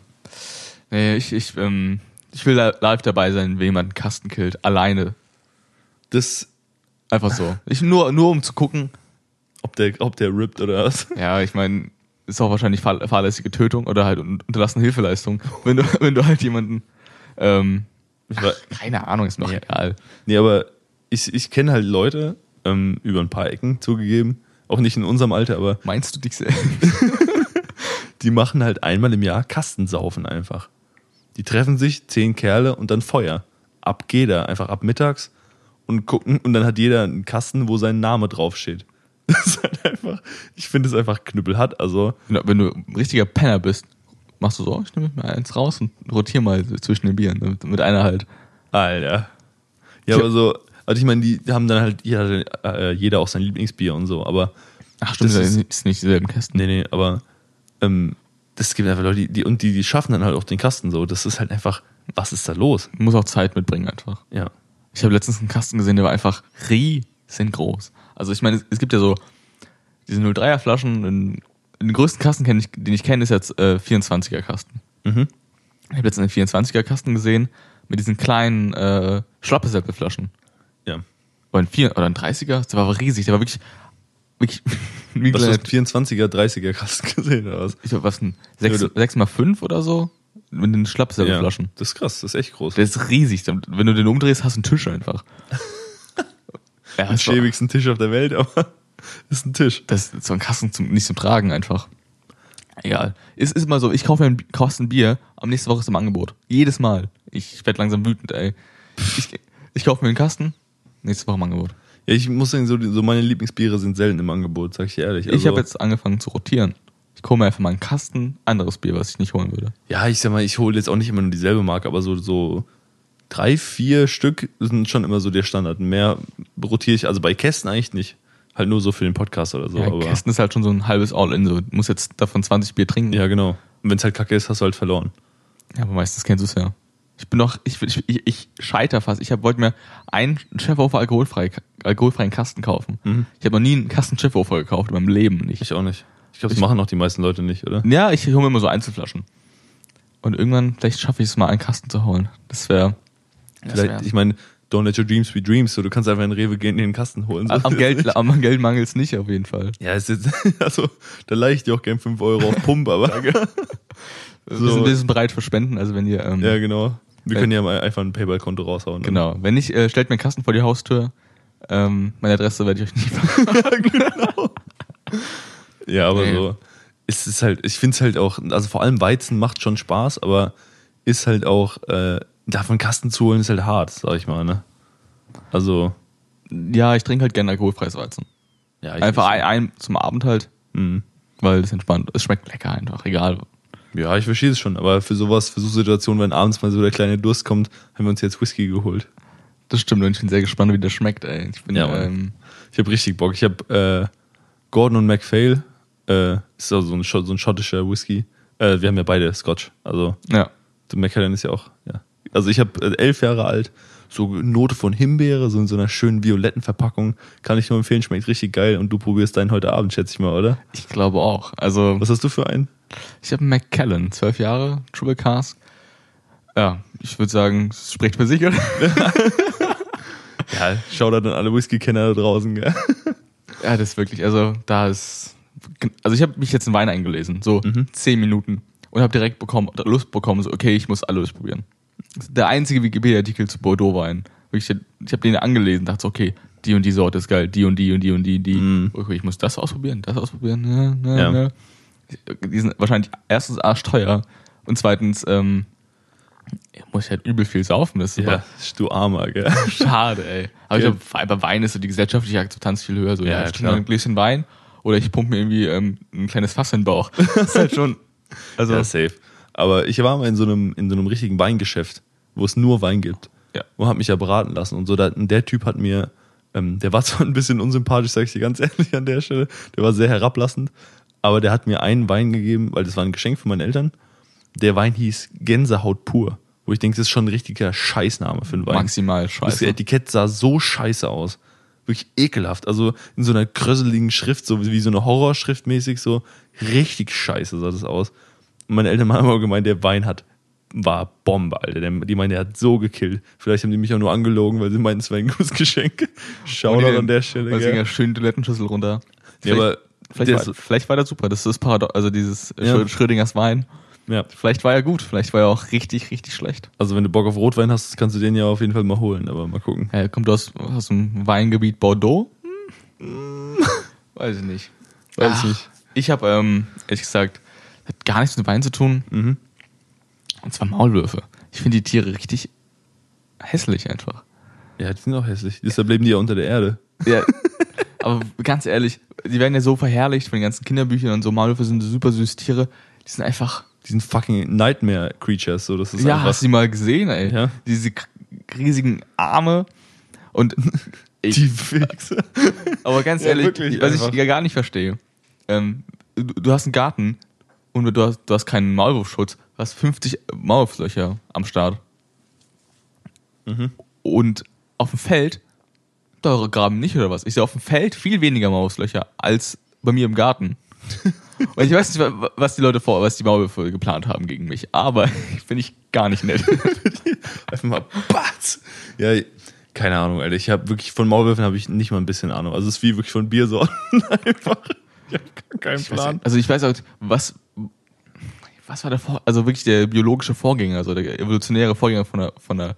Nee, ich, ich, ähm, ich will da live dabei sein, wenn jemand einen Kasten killt. Alleine. Das, Einfach <laughs> so. Ich nur, nur um zu gucken. ob der, ob der rippt oder was. Ja, ich meine, ist auch wahrscheinlich fahr <laughs> fahrlässige Tötung oder halt un- unterlassene Hilfeleistung, wenn du, wenn du halt jemanden ähm, Ich war, Keine Ahnung, ist mir doch Ja. egal. nee, aber ich, ich kenne halt Leute ähm, über ein paar Ecken zugegeben, auch nicht in unserem Alter, aber Meinst du dich selbst? die machen halt einmal im Jahr Kastensaufen einfach. Die treffen sich, zehn Kerle und dann Feuer. Ab geht er, einfach ab mittags und gucken und dann hat jeder einen Kasten, wo sein Name draufsteht. <laughs> Das ist halt einfach, ich finde es einfach knüppelhart, also <laughs> Wenn du- wenn du ein richtiger Penner bist, machst du so, oh, ich nehme mir eins raus und rotiere mal zwischen den Bieren, damit, damit einer halt. Alter. Ja, aber so, also ich meine, die haben dann halt jeder, äh, jeder auch sein Lieblingsbier und so, aber Ach stimmt, Das das ist- ist, ist nicht dieselben Kästen. nee, nee, aber ähm, das gibt einfach Leute, die, die und die, die schaffen dann halt auch den Kasten so. Das ist halt einfach, was ist da los? Muss auch Zeit mitbringen einfach. Ja. Ich habe letztens einen Kasten gesehen, der war einfach riesengroß. Also ich meine, es, es gibt ja so diese 03er Flaschen, in, in den größten Kasten, kenn ich, den ich kenne, ist jetzt äh, 24er Kasten. Mhm. Ich habe letztens einen 24er Kasten gesehen mit diesen kleinen äh, Schlappesäppelflaschen. Ja. Oder ein, 4, oder ein 30er, der war aber riesig, der war wirklich, wirklich <laughs> wie ein Was kleiner hast du 24er, 30er Kasten <laughs> gesehen oder was? ich glaub, was denn? 6, Ja, du- mal 5 oder so? Mit den Schlapssäbelflaschen. Das ist krass, das ist echt groß. Der ist riesig. Wenn du den umdrehst, hast du einen Tisch <laughs> einfach. ja, Den ist doch- schäbigsten Tisch auf der Welt, <laughs> aber ist ein Tisch. das ist so ein Kasten zum, nicht zum Tragen einfach. Egal. Es ist immer so, ich kaufe mir ein, kaufst ein Bier, am nächsten Woche ist es im Angebot. Jedes Mal. Ich werde langsam wütend, ey. Ich, ich kaufe mir einen Kasten, nächste Woche im Angebot. Ja, ich muss sagen, so, die- so meine Lieblingsbiere sind selten im Angebot, sag ich dir ehrlich. Also, ich habe jetzt angefangen zu rotieren. Ich hole mir einfach mal einen Kasten, anderes Bier, was ich nicht holen würde. Ja, ich sag mal, ich hole jetzt auch nicht immer nur dieselbe Marke, aber so, so drei, vier Stück sind schon immer so der Standard. Mehr rotiere ich, also bei Kästen eigentlich nicht. Halt nur so für den Podcast oder so. ja, aber, Kästen ist halt schon so ein halbes All-In. So. Du musst jetzt davon 20 Bier trinken. ja genau. Und wenn es halt kacke ist, hast du halt verloren. Ja, aber meistens kennst du es ja. Ich bin doch, ich, ich, ich, ich scheiter fast. Ich hab- wollte mir einen Chefhofer alkoholfrei, alkoholfreien Kasten kaufen. Mhm. Ich habe noch nie einen Kasten Chefhofer gekauft, in meinem Leben nicht. Ich auch nicht. Ich glaube, das machen auch die meisten Leute nicht, oder? Ja, ich hole mir immer so Einzelflaschen. Und irgendwann, vielleicht schaffe ich es mal, einen Kasten zu holen. Das wäre. Vielleicht, ich meine, don't let your dreams be dreams. So, du kannst einfach in Rewe gehen und dir einen Kasten holen. So. am, Geld, am Geld mangelt's nicht, auf jeden Fall. <laughs> Ja, ist <laughs> jetzt, also, da leih ich dir auch gern 5 Euro auf Pump, aber. Wir, sind, so, wir sind bereit für Spenden, also wenn ihr. Ähm, <laughs> ja, genau. Wir können ja mal einfach ein Paypal-Konto raushauen. ne? Genau. Wenn nicht, äh, stellt mir einen Kasten vor die Haustür. Ähm, meine Adresse werde ich euch nicht verraten. Ja, aber Nee. so. Es ist halt, ich finde es halt auch, also vor allem Weizen macht schon Spaß, aber ist halt auch, äh, davon Kasten zu holen, ist halt hart, sag ich mal, ne? Also, Ja, ich trinke halt gerne alkoholfreies Weizen. ja, ich, Einfach ein, ein zum Abend halt, Mhm. weil es entspannt. Es schmeckt lecker einfach, egal. ja, ich verstehe es schon, aber für sowas, für so Situationen, wenn abends mal so der kleine Durst kommt, haben wir uns jetzt Whisky geholt. Das stimmt und ich bin sehr gespannt, wie das schmeckt, ey. Ich bin, Ja, Mann. ähm, Ich habe richtig Bock. Ich habe äh, Gordon und MacPhail, äh, ist also so ein, Schott- so ein schottischer Whisky. Äh, wir haben ja beide Scotch, also ja. Der Macallan ist ja auch, ja. Also ich habe äh, elf Jahre alt, so Note von Himbeere, so in so einer schönen violetten Verpackung. Kann ich nur empfehlen, schmeckt richtig geil und du probierst deinen heute Abend, schätze ich mal, oder? Ich glaube auch. Also, Was hast du für einen? ich habe einen McKellen, zwölf Jahre, Triple Cask. Ja, ich würde sagen, es spricht für sich, oder? Ja, schau da dann alle Whisky-Kenner da draußen, gell? Ja, das ist wirklich, also da ist. Also ich habe mich jetzt in Wein eingelesen, so Mhm. zehn Minuten. Und habe direkt bekommen, Lust bekommen, so, okay, ich muss alles probieren. Das ist Der einzige Wikipedia-Artikel zu Bordeaux-Wein. Wirklich, Ich habe den angelesen, dachte so, okay, die und die Sorte ist geil, die und die und die und die, die. Okay, ich muss das ausprobieren, das ausprobieren. Ne, ne, Mhm. Ja. ne. Die sind wahrscheinlich erstens arschteuer und zweitens ähm, muss ich halt übel viel saufen. Das ist aber Ja, du Armer, gell? Schade, ey. Aber Ja. ich glaube, bei Wein ist so die gesellschaftliche Akzeptanz viel höher. So, Ja, ja, ich trinke klar. mal ein Gläschen Wein oder ich pumpe mir irgendwie ähm, ein kleines Fass in <laughs> den Bauch. Das ist halt schon. Also, Ja, safe. Aber ich war mal in so einem, in so einem richtigen Weingeschäft, wo es nur Wein gibt. Ja. Und hab mich ja beraten lassen. Und so, da, und der Typ hat mir, ähm, der war <laughs> zwar ein bisschen unsympathisch, sag ich dir ganz <laughs> ehrlich an der Stelle, der war sehr herablassend, aber der hat mir einen Wein gegeben, weil das war ein Geschenk von meinen Eltern. Der Wein hieß Gänsehaut pur, wo ich denke, das ist schon ein richtiger Scheißname für einen Wein. <laughs> maximal Das scheiße. Etikett sah so scheiße aus. Wirklich ekelhaft. Also in so einer kröseligen Schrift, so wie so eine Horrorschrift mäßig, so richtig scheiße sah das aus. Und meine Eltern haben aber gemeint, der Wein hat, war Bombe, Alter. Der, die meinen, der hat so gekillt. Vielleicht haben die mich auch nur angelogen, weil sie meinten, es wäre ein gutes <laughs> Geschenk. Und Shoutout die- an der weil Stelle. es ging Gell? ja schön die Toilettenschüssel runter. Ja, aber vielleicht, der war, vielleicht war das super. Das ist das Paradox, also dieses Ja. Schrö- Schrödingers Wein. Ja. Vielleicht war er gut, vielleicht war er auch richtig, richtig schlecht. Also wenn du Bock auf Rotwein hast, kannst du den ja auf jeden Fall mal holen, aber mal gucken. Er Äh, kommt aus, aus dem Weingebiet Bordeaux? Hm. Weiß ich nicht. Weiß ich Ach, nicht. Ich habe, ähm, ehrlich gesagt, hat gar nichts mit Wein zu tun. Mhm. Und zwar Maulwürfe. Ich finde die Tiere richtig hässlich einfach. Ja, die sind auch hässlich. Deshalb leben die ja unter der Erde. Ja. <laughs> Aber ganz ehrlich, die werden ja so verherrlicht von den ganzen Kinderbüchern und so. Maulwürfe sind super süße Tiere. Die sind einfach. Die sind fucking Nightmare Creatures, so das ist ja, hast einfach. du die mal gesehen, ey? Ja. Diese k- riesigen Arme <laughs> und Die Füchse. Aber ganz Ja, ehrlich, wirklich, was einfach. ich ja gar nicht verstehe. Ähm, du, du hast einen Garten und du hast, du hast keinen Maulwurfschutz. Du hast 50 Maulwurfslöcher am Start. Mhm. Und auf dem Feld, da graben nicht oder was? Ich sehe auf dem Feld viel weniger Maulwurfslöcher als bei mir <laughs> im Garten. und ich weiß nicht, wa- was die Leute vor, was die Maulwürfe geplant haben gegen mich. Aber <laughs> finde ich gar nicht nett. <laughs> Einfach mal Batz. Ja, keine Ahnung, Alter. Ich habe wirklich von Maulwürfen habe ich nicht mal ein bisschen Ahnung. Also es ist wie wirklich von Biersorten <laughs> einfach. Ich habe gar keinen Ich weiß Plan. nicht. Also ich weiß auch, was, was war der Vor also wirklich der biologische Vorgänger, also der evolutionäre Vorgänger von der, von der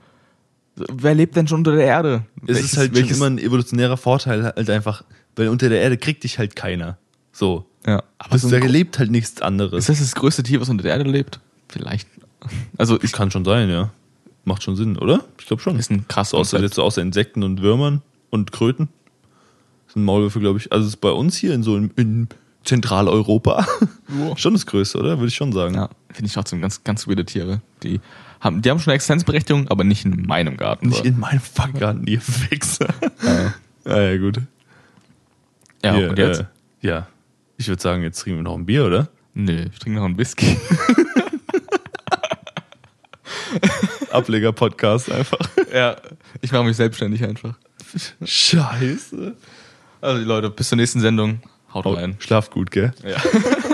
Wer lebt denn schon unter der Erde? Es ist halt schon immer ein evolutionärer Vorteil halt einfach, weil unter der Erde kriegt dich halt keiner. So. ja, aber Das so da ein, Gro- lebt halt nichts anderes. ist das das größte Tier, was unter der Erde lebt? Vielleicht. Also ich Kann schon sein, ja. Macht schon Sinn, oder? Ich glaube schon. ist ein krass Außer, jetzt so außer Insekten und Würmern und Kröten. Sind Maulwürfe, glaube ich. Also ist bei uns hier in so in, in Zentraleuropa <laughs> Ja. schon das Größte, oder? Würde ich schon sagen. Ja, finde ich trotzdem ganz, ganz weirde Tiere. Die haben, die haben schon eine Existenzberechtigung, aber nicht in meinem Garten. Nicht in meinem Fuckgarten, ihr Wichser. Ja, <laughs> ja, gut. ja, Hier, und jetzt? Äh, ja. Ich würde sagen, jetzt trinken wir noch ein Bier, oder? Nö, ich trinke noch <laughs> einen Whisky. Ableger-Podcast einfach. ja, ich mache mich selbstständig einfach. Scheiße. Also Leute, bis zur nächsten Sendung. Haut rein. Schlaf Oh, gut, gell? Ja.